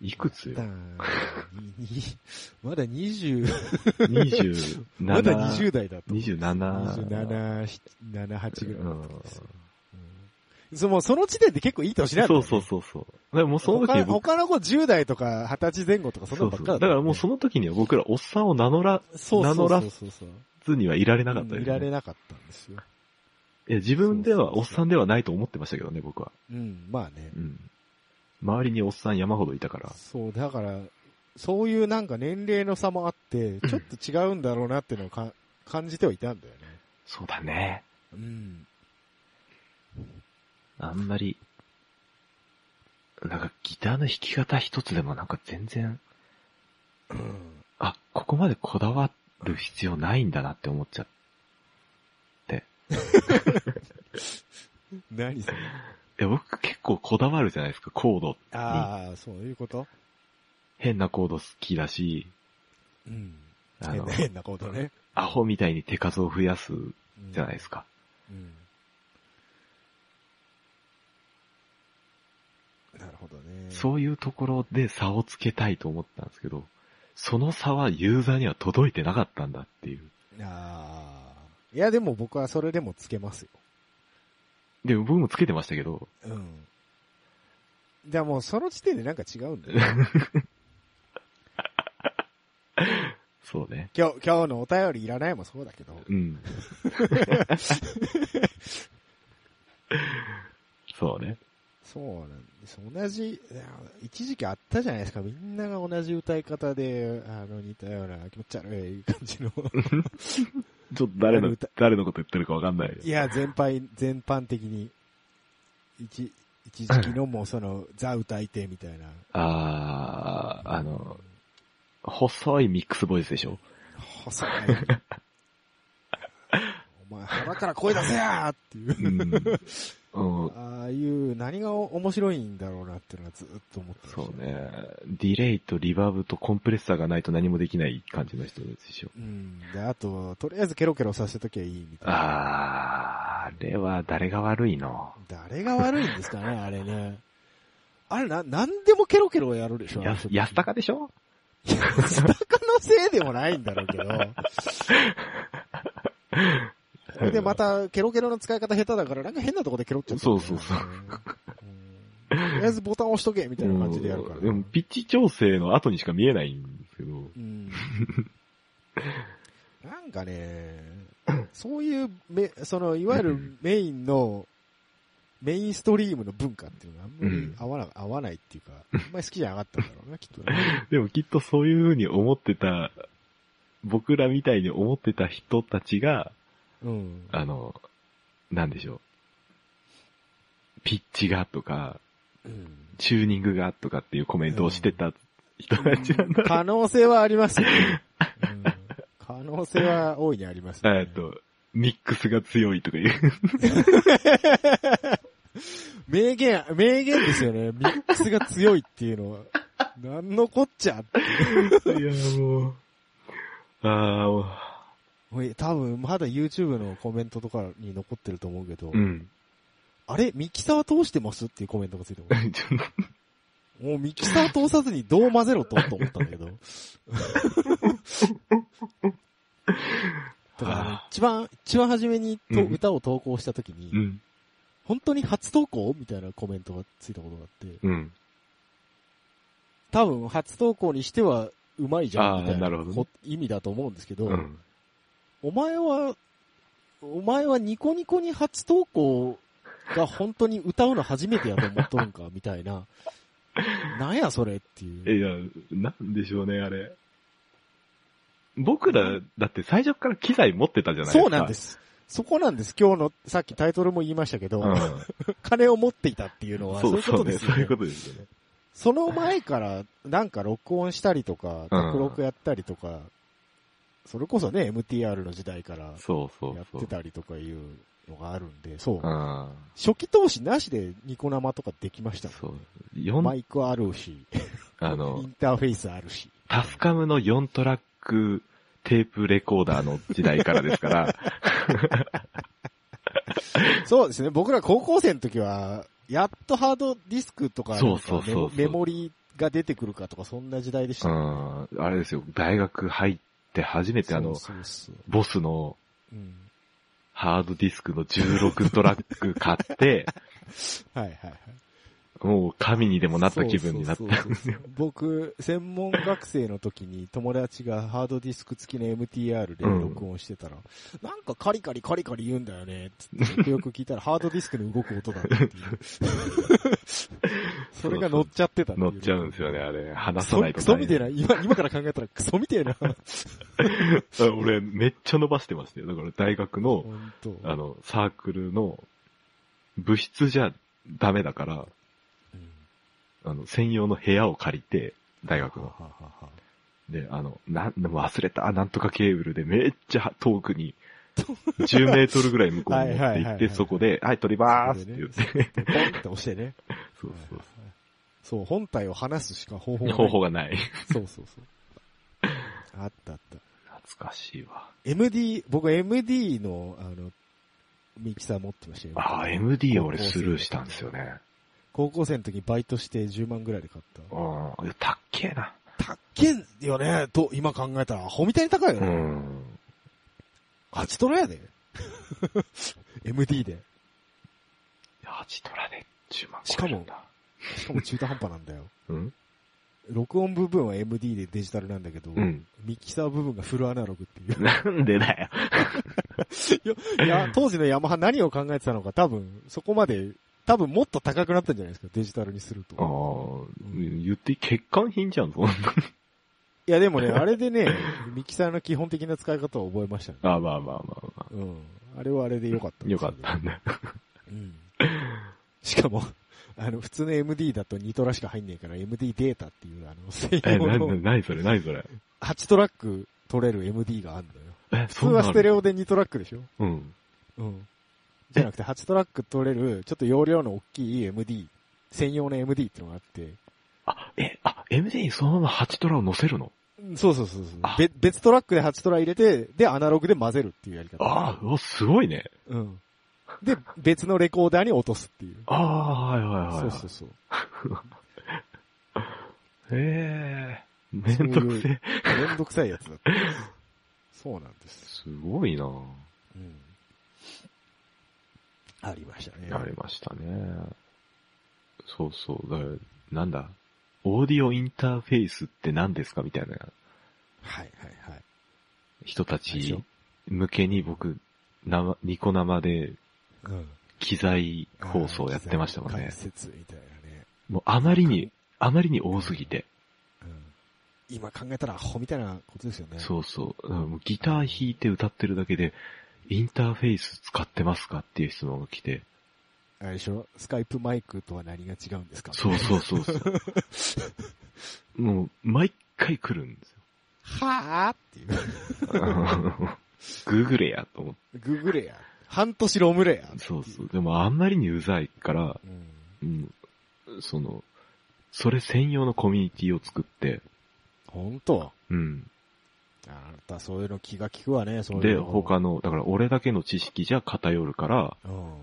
いくつ
だ
よ
ーににまだ20、
?27。
まだ20代だと。
27。
27、7、8ぐらいだ
う
っ
ん
たんですよ。うんそのその時点で結構いい年なんだ
そ
よ
う
ね
そうそうそう。でももうその時に
他
僕、
他の子10代とか20歳前後とかそんな
そ
の
う
ばっ
そう。
か
だ
った
か
よね
らもうその時には僕らおっさんを名乗ら
そうそうそう
名乗ら
そうそう
ずにはいられなかった
う
で
んい
すね
られなかったんですよ。
いや、自分では
そ
お
うそう
っ
そう
さんではないと思ってましたけどね、僕は。
うん、まあね
う。ん。周りにおっさん山ほどいたから。
そう、だから、そういうなんか年齢の差もあって、ちょっと違うんだろうなっていうのをか感じてはいたんだよね。
そうだね。
うん。 [CLEARS THROAT]
あんまり、なんかギターの弾き方一つでもなんか全然、あ、ここまでこだわる必要ないんだなって思っちゃう。
何それ。
いや、僕結構こだわるじゃないですか、コード。
ああ、そういうこと
変なコード好きだし、
うん。
あ
変
の
な、変なことね。
アホみたいに手数を増やすじゃないです
か。
か。
うん。なるほどね。
そういうところで差をつけたいと思ったんですけど、その差はユーザーには届いてなかったんだっていう。
ああ。いや、でも僕はそれでもつけますよ。
で、僕もつけてましたけど、
うん。じゃあもうその時点でなんか違うんだ [LAUGHS] よ。
そうね。
今日、今日のお便りいらないもそうだけど。
うん。 [LAUGHS] そうね。
そうなんです。同じ、いや一時期あったじゃないですか。みんなが同じ歌い方で、あの、似たような気持ち悪い感 [LAUGHS] じの。
ちょっと誰
あの
の
歌、
誰のこと言ってるかわかんないよ
いや、全般、全般的に。一、一時期のもうそ [LAUGHS] の、ザ歌い手みたい [LAUGHS] な。
あー、あの、細いミックスボイスでしょ。
細い。お前腹から声出せやーっていう。
うん。うん
ああいう、何が面白いんだろうなっていうのはずっと思ってました。
そう。ね。ディレイとリバーブとコンプレッサーがないと何もできない感じの人でしょ。
うん。で、あと、とりあえずケロケロさせときゃいいみたいな。
あー、あれは誰が悪いの
誰が悪いんですかね、 [LAUGHS] あれね。あれな、なんでもケロケロやるでしょ。
や
あの人
安高でしょ
安高のせいでもないんだろうけ
[LAUGHS]
ど。それでまた、ケロケロの使い方下手だから、なんか変なとこでケロっちゃったんだよね
そうそうそう
うんとりあえずボタン押しとけ、みたいな感じでやるから。
でも、ピッチ調整の後にしか見えないんですけど。
うん。なんかね、そういうめ、その、いわゆるメインの、メインストリームの文化っていうのがあんまり合わな、合わないっていう
[LAUGHS]
か、あんまり好きじゃなかったんだろうな、きっとね。
でもきっとそういう風に思ってた、僕らみたいに思ってた人たちが、
うん。
あの、なんでしょう。ピッチがとか、 [LAUGHS]
うん
チューニングがとかっていうコメントをしてた人たちなんだ。
可能性はあり
[LAUGHS]
ますよ、ねうん可能性は大いにあります、
えっと、ミックスが強いとかいう。
名言、名言ですよね。ミックスが強いっていうのは。なんのこっちゃって
いや、もう。ああ、も
え多分、まだ YouTube のコメントとかに残ってると思うけど、
うん。 [LAUGHS]
あれミキサー通してますっていうコメントがついて
[LAUGHS]
ます。もうミキサー通さずにどう混ぜろと、と思ったんだけ
[LAUGHS]
ど。だから、ね、一番、一番初めにと、
うん
歌を投稿した時に、
うん。
本当に初投稿みたいなコメントがついたことがあって、
うん。
多分初投稿にしてはうまいじゃ
あー
んみたい
な
な
るほどね
こ意味だと思うんですけど、
うん。
お前は、お前はニコニコに初投稿が本当に歌うの初めてやと思っとるんか、みたい
[LAUGHS]
な。なんやそれっていう。
いや、なんでしょうね、あれ。僕ら、だって最初から機材持ってたじゃないですか。。
そうなんですす。そこなんです。今日の、さっきタイトルも言いましたけど、
う
金を持っていたっていうの
ん。
は、そ
そう
いううこと
そう
で
ね。
す
そ
よ
うい
ね
うこ。とですよね。
その前から、なんか録音したりとか、
うん
録録やったりとか、それこそね、MTR の時代から
そうそう
やっ
そう。
てたりとかいうのがあるんで、そう
う。ん。
初期投資なしでニコ生とかできましたもん
そう。四
マイクあるし、
あ
イ
の
ン、ターフェースあるし。
タスカムの4トラックテープレコーダーの時代からで
[LAUGHS]
すから、
そうですね。僕ら高校生の時は、やっとハードディスクとか、
そうそうそうそう
メモメモリが出てくるかとか、そんな時代でし
う
たね、
ん、あれですよ、大学入って初めてあの、
そうそうそう
ボスの
うん
ハードディスクの16トラック
[LAUGHS]
買って、
はいはいはい。
もう神にでもなった気分になった。
そうそうそうそう僕、専門学生の時に友達がハードディスク付きの MTR で録音してたら、なんかカリカリカリカリ言うんだよね、つって、よ
[LAUGHS]
くよく聞いたらハードディスクの動く音だったっていう。それが乗っちゃってたってい
乗っちゃうんですよね、。あれ。話
ク
さ
ソ
ないと
クソみたいな、今、今から考えたらクソみたいな。
あ俺、めっちゃ伸ばしてましたよ。だから大学の、
本当。
あの、サークルの部室じゃダメだから、
うん
あの、専用の部屋を借りて、大学の
は。ははは
で、あの、なん、でも忘れた、なんとかケーブルでめっちゃ遠くに、10メートルぐらい向こうに持
は
っ
い
て
はいはい
行っ
は
て、
い
そこで、はい、撮りまーすって言って。
ポンって押してね。
そうそう
そう、本体を離すしか方法
そ
がない
う。方法がない。
そうそうそう。あったあった。
懐かしいわ。
MD、僕 MD の、あの、ミキサー持ってましたよ。
ああ、MD は俺スルーしたんですよね。
高校生の時バイトして10万ぐらいで買っ
ああ、たっけえな。
た。たっけんよね、と、今考えたらアホみたいに高いよ
う
ね。
ん。
勝ち取らやで。MD で。
いや、8トラで10万
しかも
超えるんだ。
しかも中途半端なんだよ。
うん
録音部分は MD でデジタルなんだけど、
うん。
ミキサー部分がフルアナログっていう。
なんでだよ。 [LAUGHS]
いや、 [LAUGHS] 当時のヤマハ何を考えてたのか多分、そこまで、多分もっと高くなったんじゃないですか、デジタルにすると。
ああ、言って、欠陥品じゃん、 [LAUGHS] そんな。
いやで
[LAUGHS]
もね、あれでね、ミキサーの基本的な使い方を覚えましたね。
ああ、まあまあまあま
うん。あれはあれで良かった
あ。
んで
よ
すけ
か
ど
ったんだ。
うん。しかも、 [LAUGHS] あの、普通の MD だと2トラしか入んねえから、MD データっていう、あの、専
[LAUGHS] え、な、
用
な、
の
なにそれ、なにそれ。
8トラック取れる MD があるのよ。
え、
普通
そんな
は
のあ
ス
る
テレオで2トラックでしょ
うん。
うん。じゃなくて8トラック取れる、ちょっと容量の大きい MD、専用の MD ってのがあって、
あ、え、あ、MD にそのまま8トラを乗せるの
そうそうそうそう
あ
べ別トラックで8トラ入れて、で、アナログで混ぜるっていうやり方。
ああ、うわすごいね。
うん。で、別のレコーダーに落とすっていう。
ああ、はいはいはい。
そうそうそう。
へえ、めんどくせえ。
めんどくさいやつだった。そうなんです。
すごいな
うん。ありましたね。
ありましたね。そうそう。だから、なんだ。オーディオインターフェースって何ですかみたいな
はいはいはい。
人た
何でしょ
ち向けに僕、生、ニコ生で
うん。
機材放送やってましたもん
解
ね。
説みたいなね。
もうあまりに、あまりに多すぎて。
うん。今考えたらアホみたいなことですよね。う。
そうそう。うんもうギター弾いて歌ってるだけで、インターフェース使ってますかっていう質問が来て。
あれでしょスカイプマイクとは何が違うんですか
そうそうそうそう。もう、毎回来るんです
はぁっていう。
よ。 [LAUGHS] グーグレやと思って。
ググれや。半年ロムれや。
そうそう。でもあんまりにうざいから、
うん。
うん、その、それ専用のコミュニティを作って、
本当
うん。
あなた、そういうの気が利くわね、そういう
で、
の。
他の、だから俺だけの知識じゃ偏るから、
うん。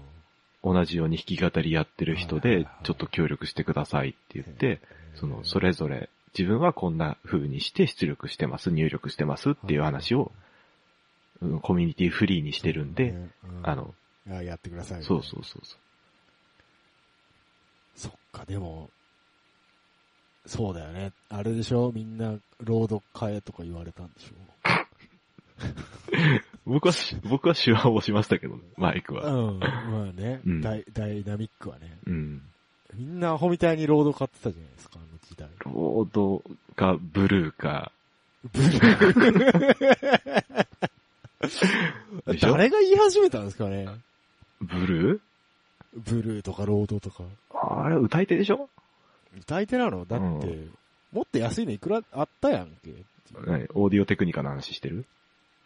同じように弾き語りやってる人
はいはい
で
はい、
ちょっと協力してくださいって言って、
えー、
その、それぞれ、自分はこんな風にして出力してます、入力してますっていう話を、うんコミュニティフリーにしてるんで、
ね、うん
あの、
あやってください。
そうそうそうそう。
そっか、でも、そうだよね。あれでしょみんな、ロード変えとか言われたんでしょ
僕
[LAUGHS]
はし、僕は手話をしましたけどね、マイクは。
うん。まあね、
うん
ダイ、ダイナミックはね。
うん。
みんなアホみたいにロード買ってたじゃないですか、あの時代。
ロードかブルーか、
ブル
で
ー。
しょ
誰が言い始めたんですかね
ブル
ブルーとかロードとか。
ーあれ、歌い手でしょ
歌い手なのだって、
う
もっと安いのいくらあったやんけ。
何オーディオテクニカの話してる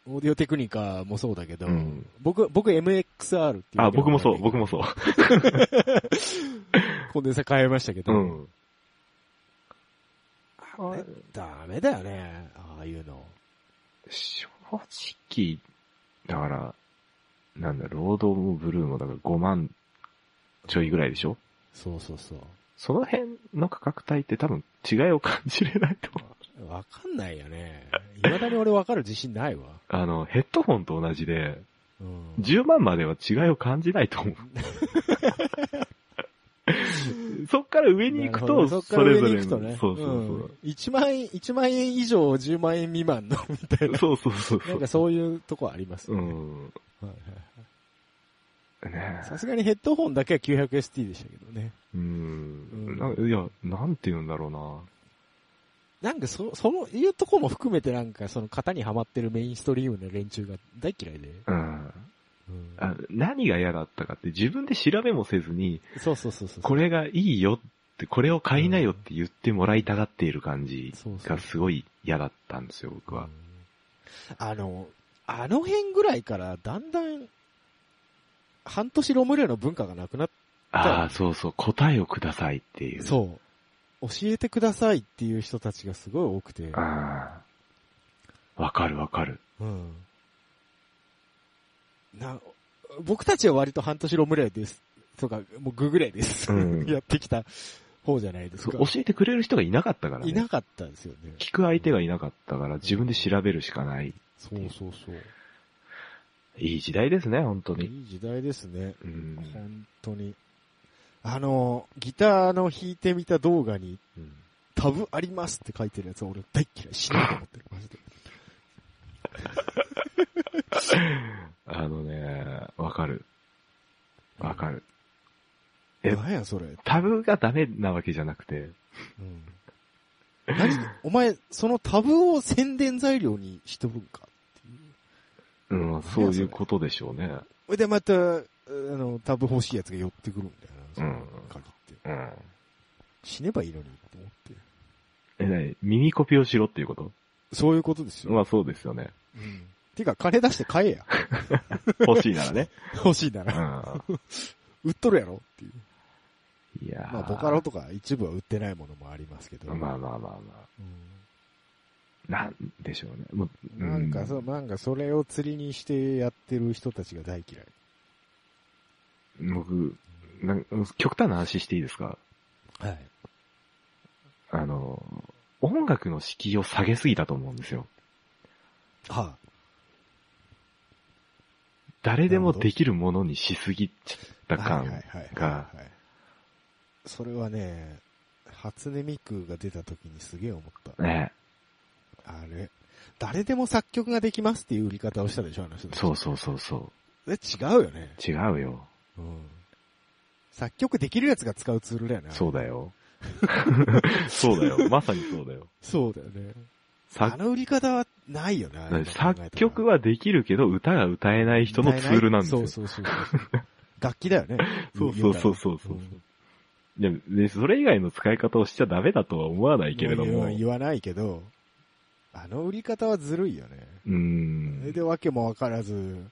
オーディオテクニカもそうだけど、
うん
僕、僕 MXR っていう。
あ、僕もそう、僕もそう。
コンデンサー変えましたけど、
うん。
あれダメだよね、ああいうの。
正直、だから、なんだ、ロードもブルーもだから5万ちょいぐらいでしょ
そうそうそう。
その辺の価格帯って多分違いを感じれないと思う。
わかんないよね。いまだに俺わかる自信ないわ。
あの、ヘッドホンと同じで、
うん。
10万までは違いを感じないと
[LAUGHS]
思う。そっから上に行く
なるほど
と、
ねそっか
そ
ら
れ
上
ぞ
に
れ
行くとね。
そうそうそう。
ん1万円、1万円以上10万円未満のみたいな。
そうそうそう
な
そ
ん
う
か。そういうとこあります
う
よね。
ん。
はいはいはい
ねえ
さすがにヘッドホンだけは 900ST でしたけどね。
う
うん
ん。ないや、なんて言うんだろうな。
なんかそ、そのいうとこも含めてなんかその型にはまってるメインストリームの連中が大嫌いで。
うん
うん
あ。何が嫌だったかって自分で調べもせずに、
そうそうそうそう。
これがいいよって、これを買いなよって言ってもらいたがっている感じ
そうそう
がすごい嫌だったんですよ、僕
う
は
ん。あの、あの辺ぐらいからだんだん、半年ロムレの文化がなくなっ
ああ、そうそう、答えをくださいってい
て、
う。う。
そう。教えてくださいっていう人たちがすごい多くて。
ああ。わかるわかる。
うん。な、僕たちは割と半年ロムレです。とか、もうググレです。
うん
[LAUGHS] やってきた方じゃないです
そう
か。
教えてくれる人がいなかったから
い
ね
な。かったですよね。
聞く相手がいなかったから自分で調べるしかない。
そうそうそう。
いい時代ですね、本当に。
いい時代ですね。
うん。
本当に。あの、ギターの弾いてみた動画に
うん
タブありますって書いてるやつは俺大嫌い死ぬと思ってる。マジで。
あのね、わかる。わかる。え
何やそれ。
タブがダメなわけじゃなくて、
うん。何お前、そのタブを宣伝材料にしとるんかっていう。
うん、そういうことでしょうね。
それでまた、あの、タブ欲しいやつが寄ってくるんだよな、
うん
その限って。
うん。
死ねばいいのにと思って。
え、なに耳コピをしろっていうこと
そういうことですよ。
まあそうですよ [LAUGHS] ね。
うん。てか、金出して買えや。 [LAUGHS]
欲しいならね。
欲しいな
う
ら。
ん。
売っとるやろっていう。
いやー
まあ、ボカロとか一部は売ってないものもありますけど。
まあまあまあま
う
あ。なんでしょうね。もう、うん
なんかそう、なんかそれを釣りにしてやってる人たちが大嫌い。
僕、なん極端な話していいですか
はい。
あの、音楽の敷居を下げすぎたと思うんですよ。
は
誰でもできるものにしすぎちゃ
あ、
った
はいはい
感
はい
が
はいはい。それはね、初音ミクが出た時にすげえ思った。
ね。
あれ、誰でも作曲ができますっていう売り方をしたでしょ、あの人たち
そうそうそうそ
え違うよね。
う。違うよ。
うん。作曲できるやつが使うツールだよね。
そう
だ。
だよ。 [LAUGHS] そうだよ。まさにそうだ [LAUGHS] よ。
そうだよね。あ
作
の売り方はないよな。
作曲
は
はできるけど、歌が歌えない人のツールなんですよ。
そうそうそう
[LAUGHS]
そう。楽器だよね。
そうそうそうそうそういやでそれ以外の使い方をしちゃダメだとは思わないけれども。
言わないけど、あの売り方はずるいよね。
う
それ
ん
で、。わけもわからず、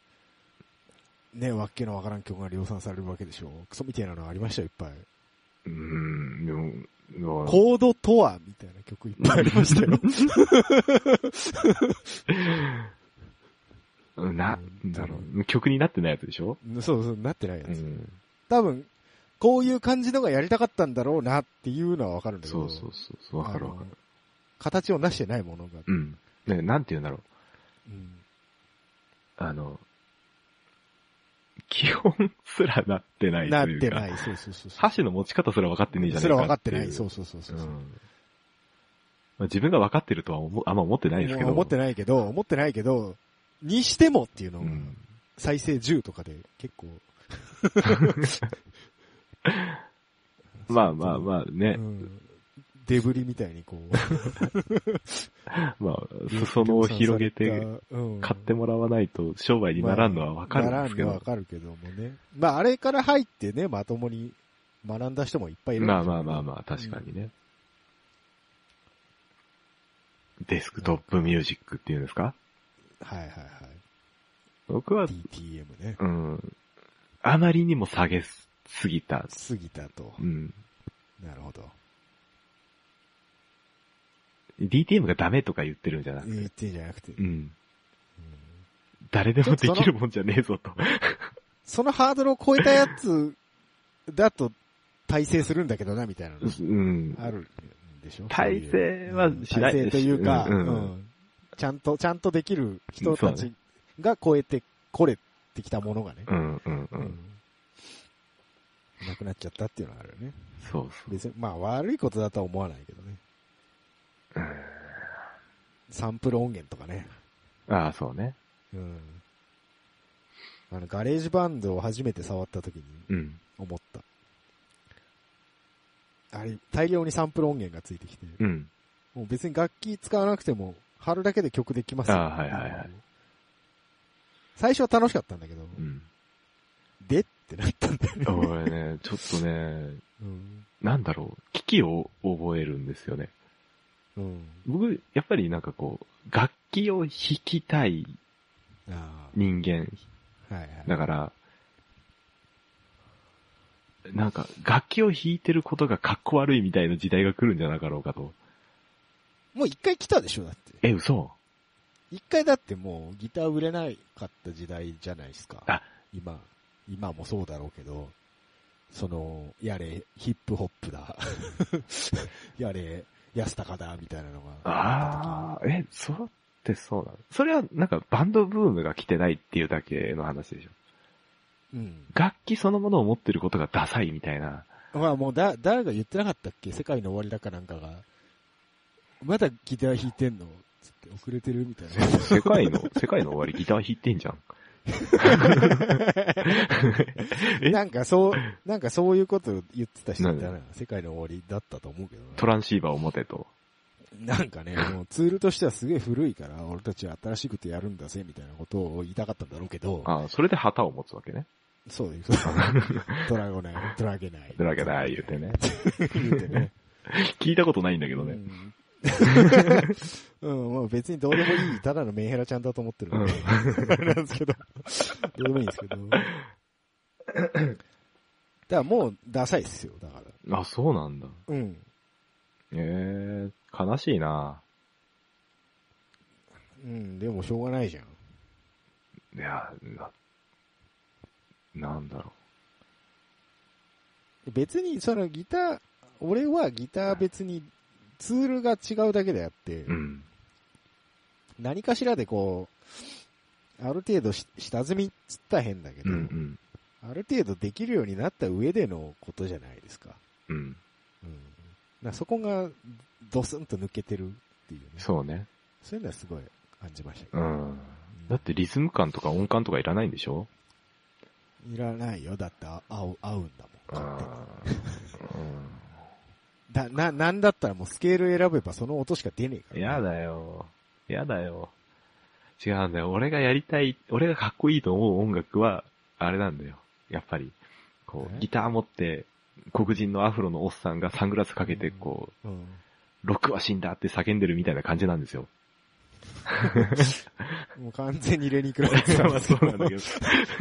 ね、わけのわからん曲が量産されるわけでしょ。クソみたいなのありましたよ、いっぱい。
うん。でも、
コードとは、みたいな曲いっぱいありましたよ。
うんな、なんだろう、曲になってないやつでしょ
うんそうそう、なってないや
う
つ。
ん。
多分、こういう感じのがやりたかったんだろうなっていうのはわかるんだけ
そ
ど。
うそうそうそう、わかるわか
あ
る
の。形をなしてないものが。
うん。ね、なんて言うんだろう。
うん
あの、基本すらなってない
なっ
という
て
か。
ない。そうそうそうそう。
箸の持ち方すら分かってねえじゃない
そ
か
れは分かってない。
そ
そううそうそうそうう。
ん。まあ、自分が分かってるとは思うあんま思ってないですけど。
思って
ない。
ないけど、思ってないけど、にしてもっていうの
う
が、
ん。
再生10とかで結構。
まあまあまあね
う、んデブリみたいにこう。
ま [LAUGHS] あ、裾野を広げて
うん、
買ってもらわないと商売にならんのは分かるんですけ
まあならんのは
ど
わ。かるけどもね。まあ、あれから入ってね、まともに学んだ人もいっぱいいるんで
ますあ
よ
まあまあまあ、確かにね。デスクトップミュージックっていうんですか
はいはいはい。
僕は、
DTM ね。
うん、あまりにも下げすぎた。
過ぎたと
う。ん。
なるほど。
DTM がダメとか言ってるんじゃなくて。
言ってんじゃなくて。う
うんん。誰でもできるもんじゃねえぞと。
そのハードルを超えたやつだと、体制するんだけどな、みたいなの。
うん。
あるんでしょ
体制はしない
体制というか、
うん
うんちゃんと、ちゃんとできる人
そう
た
ね
ちが超えてこれてきたものがね
う、んうんう。
うんんなくなっちゃったっていうのはあるよね。
そうそう。
別に、まあ悪いことだとは思わないけどね。サンプル音源とかね。
ああ、そうね。
うん。あの、ガレージバンドを初めて触った時に
うん。
思った。あれ、大量にサンプル音源がついてきて、
うん。
もう別に楽器使わなくても、貼るだけで曲できますよ
あーはいはいはい。
最初は楽しかったんだけど、
うん。
でってなったんだよ
[LAUGHS]
ね。
俺ね、ちょっとね、 [LAUGHS]
うん。
なんだろう、機器を覚えるんですよね。
うん。
僕、やっぱりなんかこう、楽器を弾きたい
あ
人間
あ。はいは
だから、なんか、楽器を弾いてることがかっこ悪いみたいな時代が来るんじゃなかろうかと。
い。もう一回来たでしょ、だって。
え、嘘
一回だってもうギター売れなかった時代じゃないですか。
あ
今、今もそうだろうけど、その、やれ、ヒップホップだ。 [LAUGHS] やれ、安高だ、みたいなのが。
ああ、え、そうってそうなのそれはなんかバンドブームが来てないっていうだけの話でしょ。
うん。
楽器そのものを持ってることがダサいみたいな。
まあもうだ、誰が言ってなかったっけ世界の終わりだかなんかが。まだギター弾いてんのつって遅れてるみたいな。
世界 [LAUGHS] の、世界の終わりギター弾いてんじゃん。え
なんかそう、なんかそういうこと言ってた人いたな。世界の終わりだったと思うけど
トランシーバーを持てと。
な。なんかね、もうツールとしてはすげえ古いから、俺たちは新しいことやるんだぜ、みたいなことを言いたかったんだろうけど、
ああ、それで旗を持つわけね。
そうです。
[LAUGHS]
ドラゴナイ、ドラゲナイ。
ドラゲナイ言うてね。
言うてね。
聞いたことないんだけ
う
どね。
ん、うん、もう別にどうでもいい、ただのメンヘラちゃんだと思ってるんで、あれなんですけど、どうでもいいんですけど。だからもうダサいっすよ、だから。
あ、そうなんだ。
うん。
ええ悲しいな。
うん、でもしょうがないじゃん。
いや、な、なんだろ
別にそのギター、俺はギター別にツールが違うだけであって、
う。うん。
何かしらでこう、ある程度し下積みっつったら変だけ
う
ど、
ん
ある程度できるようになった上でのことじゃないですか。
うん。う
う
ん。
ん、だからそこがドスンと抜けてるっていうね。う。
そうね。
そういうのはすごい感じましたけ
う
ど。
ん。だってリズム感とか音感とかいらないんでしょ
いらないよ。だってあ合う、合うんだもん。勝
う
手にだ、な、なんだったらもうスケール選べばその音しか出ねえから、
ん。や。だよ。やだよ。違うんだよ。俺がやりたい、俺がかっこいいと思う音楽は、あれなんだよ。やっぱり、こ
え
う、ギター持って、黒人のアフロのおっさんがサングラスかけて、こう、
うん。
ロックは死んだって叫んでるみたいな感じなんですよ。
もう完全にレニークラブ
まあ [LAUGHS] そうなんだけ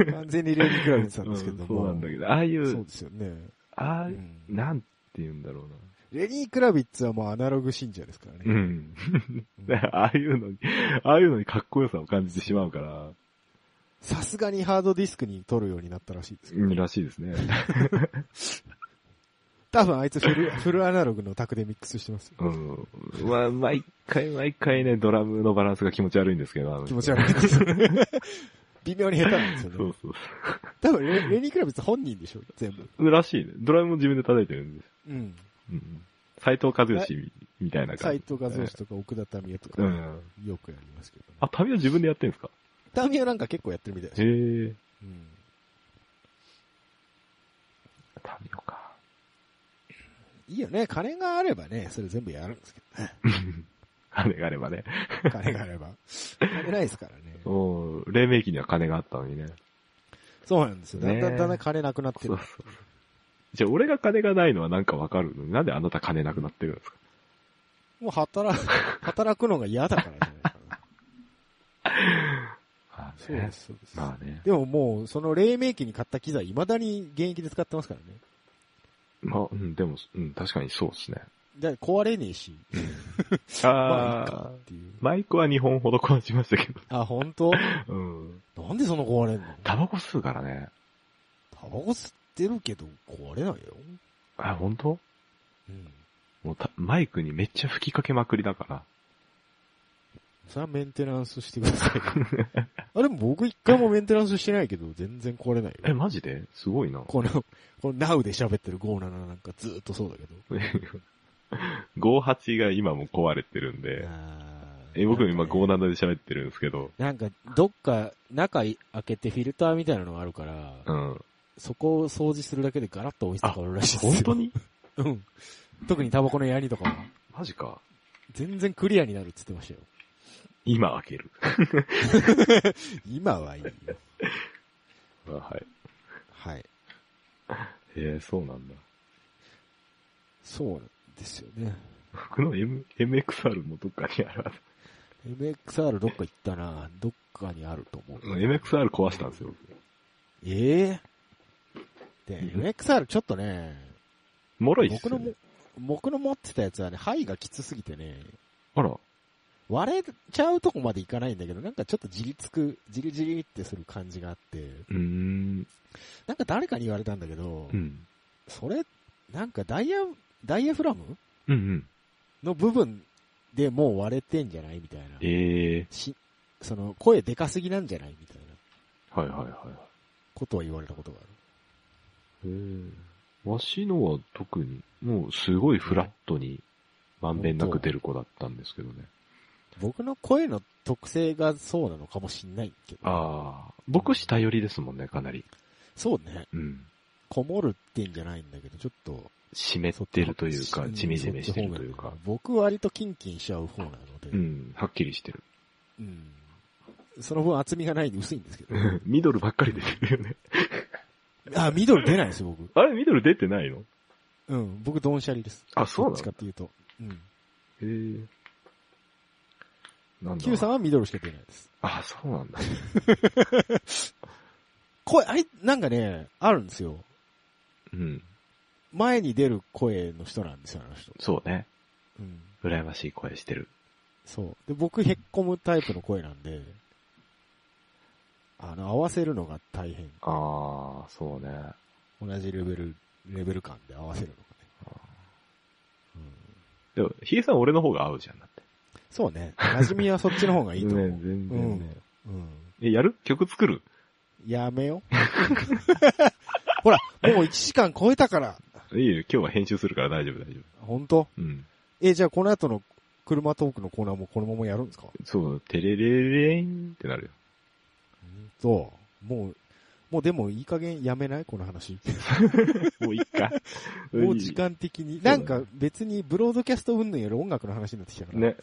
ど。
完全にレニークラブさんですけども。
うんそうなんだけど、ああい
そう
う、
ですよね。
ああ
う、ん
なんて言うんだろう
レニー・クラビッツはもうアナログ信者ですからね。
うん。 [LAUGHS]
う
だ
ん
からああいうのに、ああいうのにかっこよさを感じてしまうから、
さすがにハードディスクに取るようになったらしいですけど。
うんらしいですね。
多分あいつフル、フルアナログのタクでミックスしてますよ。
うん。まあ、毎回毎回ね、ドラムのバランスが気持ち悪いんですけど、あの
気持ち悪いです。 [LAUGHS] 微妙に下手なんですよ
そ
ね。
うそう
多分レ、レニー・クラビッツ本人でしょ、全部。
そう。らしいね。ドラムも自分で叩いてるんです。
うん。
うん。斎藤和義みみたいな感
斎
じ。
藤和義とか奥田民也とか、
う
よ
ん。
くやりますけど、ね。
あ、旅は自分でやってるんですか
民也なんか結構やってるみたいです
へ
よ。
え。
うん
旅か。
いいよね。金があればね、それ全部やるんですけどね。
金があればね。
金があれば。金ないですからね。
お黎明期には金があったのにね。
そうなんですよ。だんだ
ね
ん
え
だんだん金なくなって
そ
る
うそう。。じゃあ、俺が金がないのはなんかわかるのになんであなた金なくなってるんですか
もう働 [LAUGHS] く、働くのが嫌だからじゃないかな。
あ
そうです、そうです。
まあね。
でももう、その黎明期に買った機材、未だに現役で使ってますからね。
まあ、うん、でも、うん、確かにそうですね。
だから壊れねえし、まあいい
あ
か
あ
っていう。
マイクは2本ほど壊しましたけど。
あ、本当？
うん。
なんでそんな壊れんの
タバコ吸うからね。
タバコ吸ってるけど壊れないよ。
あ、本当？
うん。
もうたマイクにめっちゃ吹きかけまくりだから。
それはメンテナンスしてください。 [LAUGHS] あ、でも僕一回もメンテナンスしてないけど、全然壊れない
え、
よ。
マジですごいな。 [LAUGHS]
この、この Now で喋ってる57なんかずーっとそうだけど。
58が今もう壊れてるんで。
あー
え僕も今
なんかね
57で喋ってるんですけど。
なんか、どっか、中開けてフィルターみたいなのがあるから、
うん。
そこを掃除するだけでガラッと音質変わるらしいですよ。
本当に
[LAUGHS] うん。特にタバコのヤニとかは、
マジか。
全然クリアになるって言ってましたよ。
今開ける。
今はいいよ。
あはい。
はい。
へえそうなんだ。
そうなんですよね。
僕の M MXR もどっかにあるはず。
MXR どっか行ったなどっかにあると思う。
MXR 壊したんですよ。
ええ
う
で、MXR ちょっとね、
もろいっす
僕
よ
の
ね
も、僕の持ってたやつはね、範囲がきつすぎてね、
あら。
割れちゃうとこまでいかないんだけど、なんかちょっとじりつく、じりじりってする感じがあって、
うーん。
なんか誰かに言われたんだけど、
うん。
それ、なんかダイヤ、ダイヤフラム
うんうん。
の部分でもう割れてんじゃないみたいな。
ええ
し、その、声でかすぎなんじゃないみたいな
はいはいはい。
ことは言われたことがある。
へえ。わしのは特に、もうすごいフラットに、まんべんなく出る子だったんですけどね。
僕の声の特性がそうなのかもしんないけど。
ああ、僕下寄りですもんね、かなり。
そうね。
うん。
こもるってんじゃないんだけど、ちょっと。
湿ってるというか、
ん
ジメジメしてるという
そっ
か
ち方面。僕割とキンキンしちゃう方なので。う
う
ん。
ん、はっきりしてる。
その分厚みがないんで薄いんですけど。
[LAUGHS] ミドルばっかり出てるよね。
あ、緑出ないですよ、僕。
[LAUGHS] あれ、ミドル出てないの
うん。僕、ドンシャリです。
あそうなの
どっちかっていうと。うん。
へえ。なんだ
Q さんは緑しか出ないです。
あ、そうなんだ。
声、あれ、なんかね、あるんですよ。
うん。
前に出る声の人なんですよ、あの人。
そうね。
うん。
羨ましい声してる。
そう。で、僕、へっこむタイプの声なんで、あの、合わせるのが大変。
ああ、そうね。
同じレベル、レベル感で合わせるのがね。うん
でも、ひいさん俺の方が合うじゃん、だって。
そうね。馴染みはそっちの方がいいと思う。
ね全然ね。
うん。
え、やる曲作る
やめよ。ほら、もう1時 [LAUGHS] 間超えたから。
いいよ、今日は編集するから大丈夫、大丈夫。
ほんと
うん。
え、じゃあこの後の車トークのコーナーもこのままやるんですか
そう、テレレレーンってなるよ。
そう。もう、もうでもいい加減やめないこの話。
もういいか。 [LAUGHS]
もう時間的に。
だ
な
ね
んか別にブロードキャスト云々より音楽の話になってきたから。。
ね。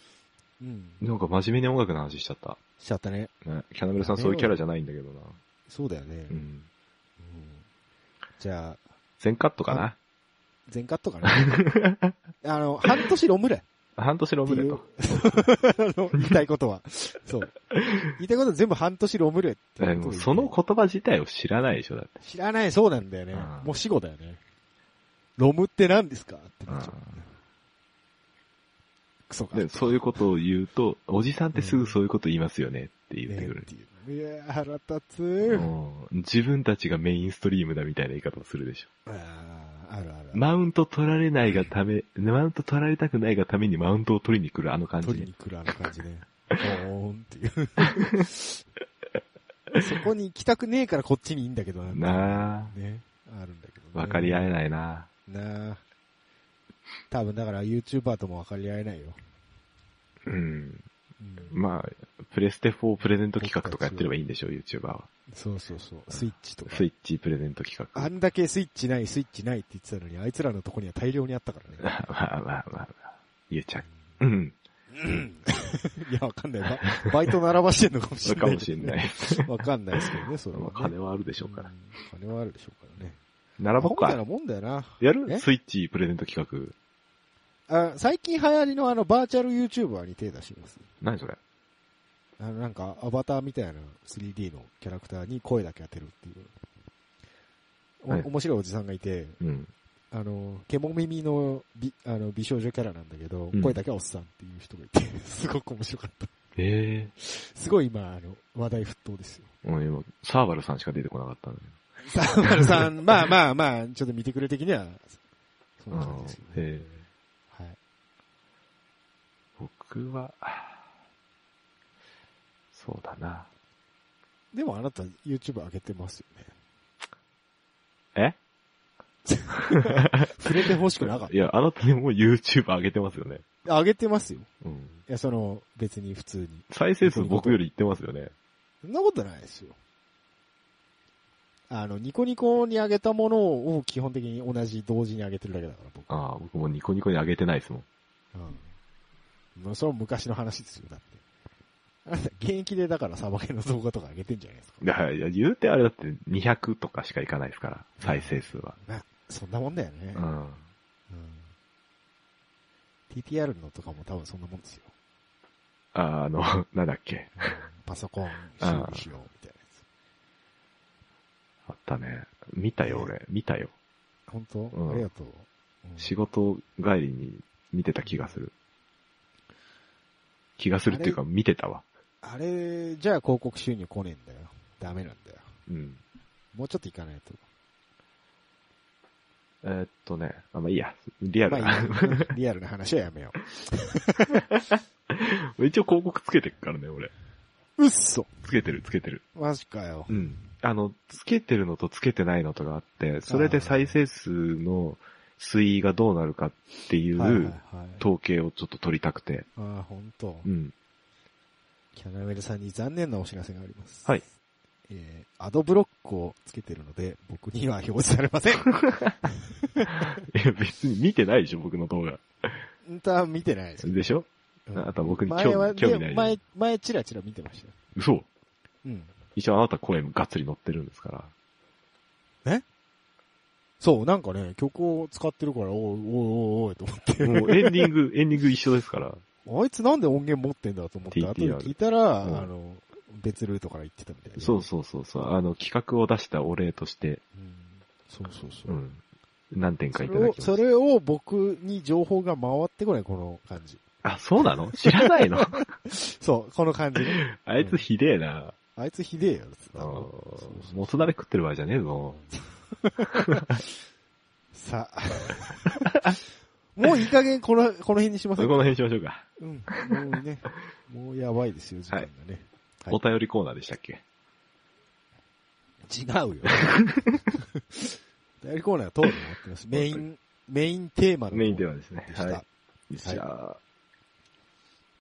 うん。
なんか真面目に音楽の話しちゃった。
しちゃったね。
ね。キャナメルさんそういうキャラじゃないんだけどな。
そうだよね。
う
うん
ん。
じゃあ、
全カットかな
全カットかな。 [LAUGHS] あの、半年ロムだよ。
半年ロムレと。
あの、言いたいことは。そう。言いたいことは全部半年ロムレってことで
えもうその言葉自体を知らないでしょ、だって。
知らない、そうなんだよね
う。ん
もう死後だよね。ロムって何ですかってなっちゃう。クソか。
でそういうことを言うと、おじさんってすぐそういうこと言いますよねって言ってく
ね
る
っ。ていう。いやー、腹立つ。
うん自分たちがメインストリームだみたいな言い方をするでしょ。
あーあるあるある。
マウント取られないがため、マウント取られたくないがためにマウントを取りに来るあの感じ
取り
ね。
に来るあの感じね。ボーンっていう。そこに行きたくねえからこっちにいいんだけどな。
な
ね。あるんだけどね。
あ、わかり合えないな
なあ。多分だから YouTuber とも分かり合えないよ。
うん。
うん、
まあ、プレステ4プレゼント企画とかやってればいいんでしょう、YouTuber は。
そうそうそう。スイッチとか。
スイッチプレゼント企画。
あんだけスイッチない、スイッチないって言ってたのに、あいつらのとこには大量にあったから
[LAUGHS]
ね。
[LAUGHS] まあまあまあまあ、ゆうちゃん。うん。
[LAUGHS] いや、わかんない。ババイト並ばしてんのかもしれない、
かもしれない。。
[LAUGHS] わかんないですけどね、それは、
ま
ね
あ。金はあるでしょうから
う。ん金はあるでしょうからね。
並ぼっ
アホみたい
か
な。もんだよな。
や
え
るスイッチプレゼント企画。
あ最近流行りのあの、バーチャル YouTuber に手出します。
何それ
あの、なんか、アバターみたいな 3D のキャラクターに声だけ当てるっていう。お
はい
面白いおじさんがいて、
うん。
あの、ケモ耳の美あの美少女キャラなんだけど、
うん
声だけはおっさんっていう人がいて、 [LAUGHS] すごく面白かった。
え
すごい今、あの、話題沸騰です
[LAUGHS]
よ。
えもう今、サーバルさんしか出てこなかったんだ
サーマルさん、まあまあまあ、ちょっと見てくれ的には、そ
け
んな
ど
感じですよ
うん
ね。
ええ
はい。
僕は、そうだな。
でもあなた YouTube 上げてますよね。
え
[LAUGHS] 触れてほしくなかっ
いや、あなたでもう YouTube 上げてますよね。
た。上げてますよ。
うん。
いや、その、別に普通に。
再生数僕よりいってますよね。
そんなことないですよ。あの、ニコニコに上げたものを基本的に同じ同時に上げてるだけだから、僕。
ああ、僕もニコニコに上げてないですもん。
うん。まあ、それは昔の話ですよ、だって。あなた、現役でだからサバゲの動画とか上げてんじゃないですか。
いや、いや言うてあれだって200とかしかいかないですから、再生数は。
そんなもんだよね
う。ん。
うん。TTR のとかも多分そんなもんですよ。
ああの、なんだっけ。
うんパソコン修理しようみたいなやつ。
あったね。見たよ、俺。見たよ。
本当、
うん
ありがとう。うん
仕事帰りに見てた気がする。気がするっていうか、見てたわ。
あれ、じゃあ広告収入来ねえんだよ。ダメなんだよ。
うん。
もうちょっといかないと。
えーっとね、あ、まあいいや。リア
ま
ル
あ
な。
いい
[LAUGHS]
や、リアルな話はやめよ
[LAUGHS] 一応広告つけてるからね、俺。
う。うっそ
つけてる、つけてる。
マジかよ
う。ん。あの、つけてるのとつけてないのとがあって、それで再生数の推移がどうなるかってい
はいはいは
う
い。
統計をちょっと取りたくて。
ああ、本当。
うん。
キャナメルさんに残念なお知らせがあります。
はい。
えー、アドブロックをつけてるので、僕には表示されません。
[LAUGHS] いや、別に見てないでしょ、僕の動画。
うんた見てないですよ。
でしょ
うん
あなた僕に
前
興
は、
味興味ない
で
じゃん
前、前チラチラ見てましたよ。
嘘
うん。
一応あなた声もがっつり乗ってるんですから。
そう、なんかね、曲を使ってるから、おいおいおいおいと思 [LAUGHS] って。
もうエンディング、エンディング一緒ですから。
あいつなんで音源持ってんだと思って、後
TTR
で聞いたら、
うん
あの、別ルートから行ってたみたいな。
そうそうそうそう。あの、企画を出したお礼として、
うん。そうそうそうう。
ん。何点
そ
かいた
れ
だ
を
き、ま
そ
した。
れを僕に情報が回ってこない、この感じ。
あ、そうなの知らない
[LAUGHS]
の
そう、この感じ。
あいつひでえな。
[LAUGHS] あいつひでえよ、つ
あー
そうそう
もつ鍋食ってる場合じゃねえぞ。
さ [LAUGHS] あ。もういい加減この、この辺にしま
こ
せん
の
か
辺にしましょうか。
うん。もうね、もうやばいですよ、時間がね。はい
お便りコーナーでしたっけ
[LAUGHS] 違うよ。代理コーナーは通るのってます。メイン、メインテーマの。
メインテーマですね。
でした。
はい。じゃあ、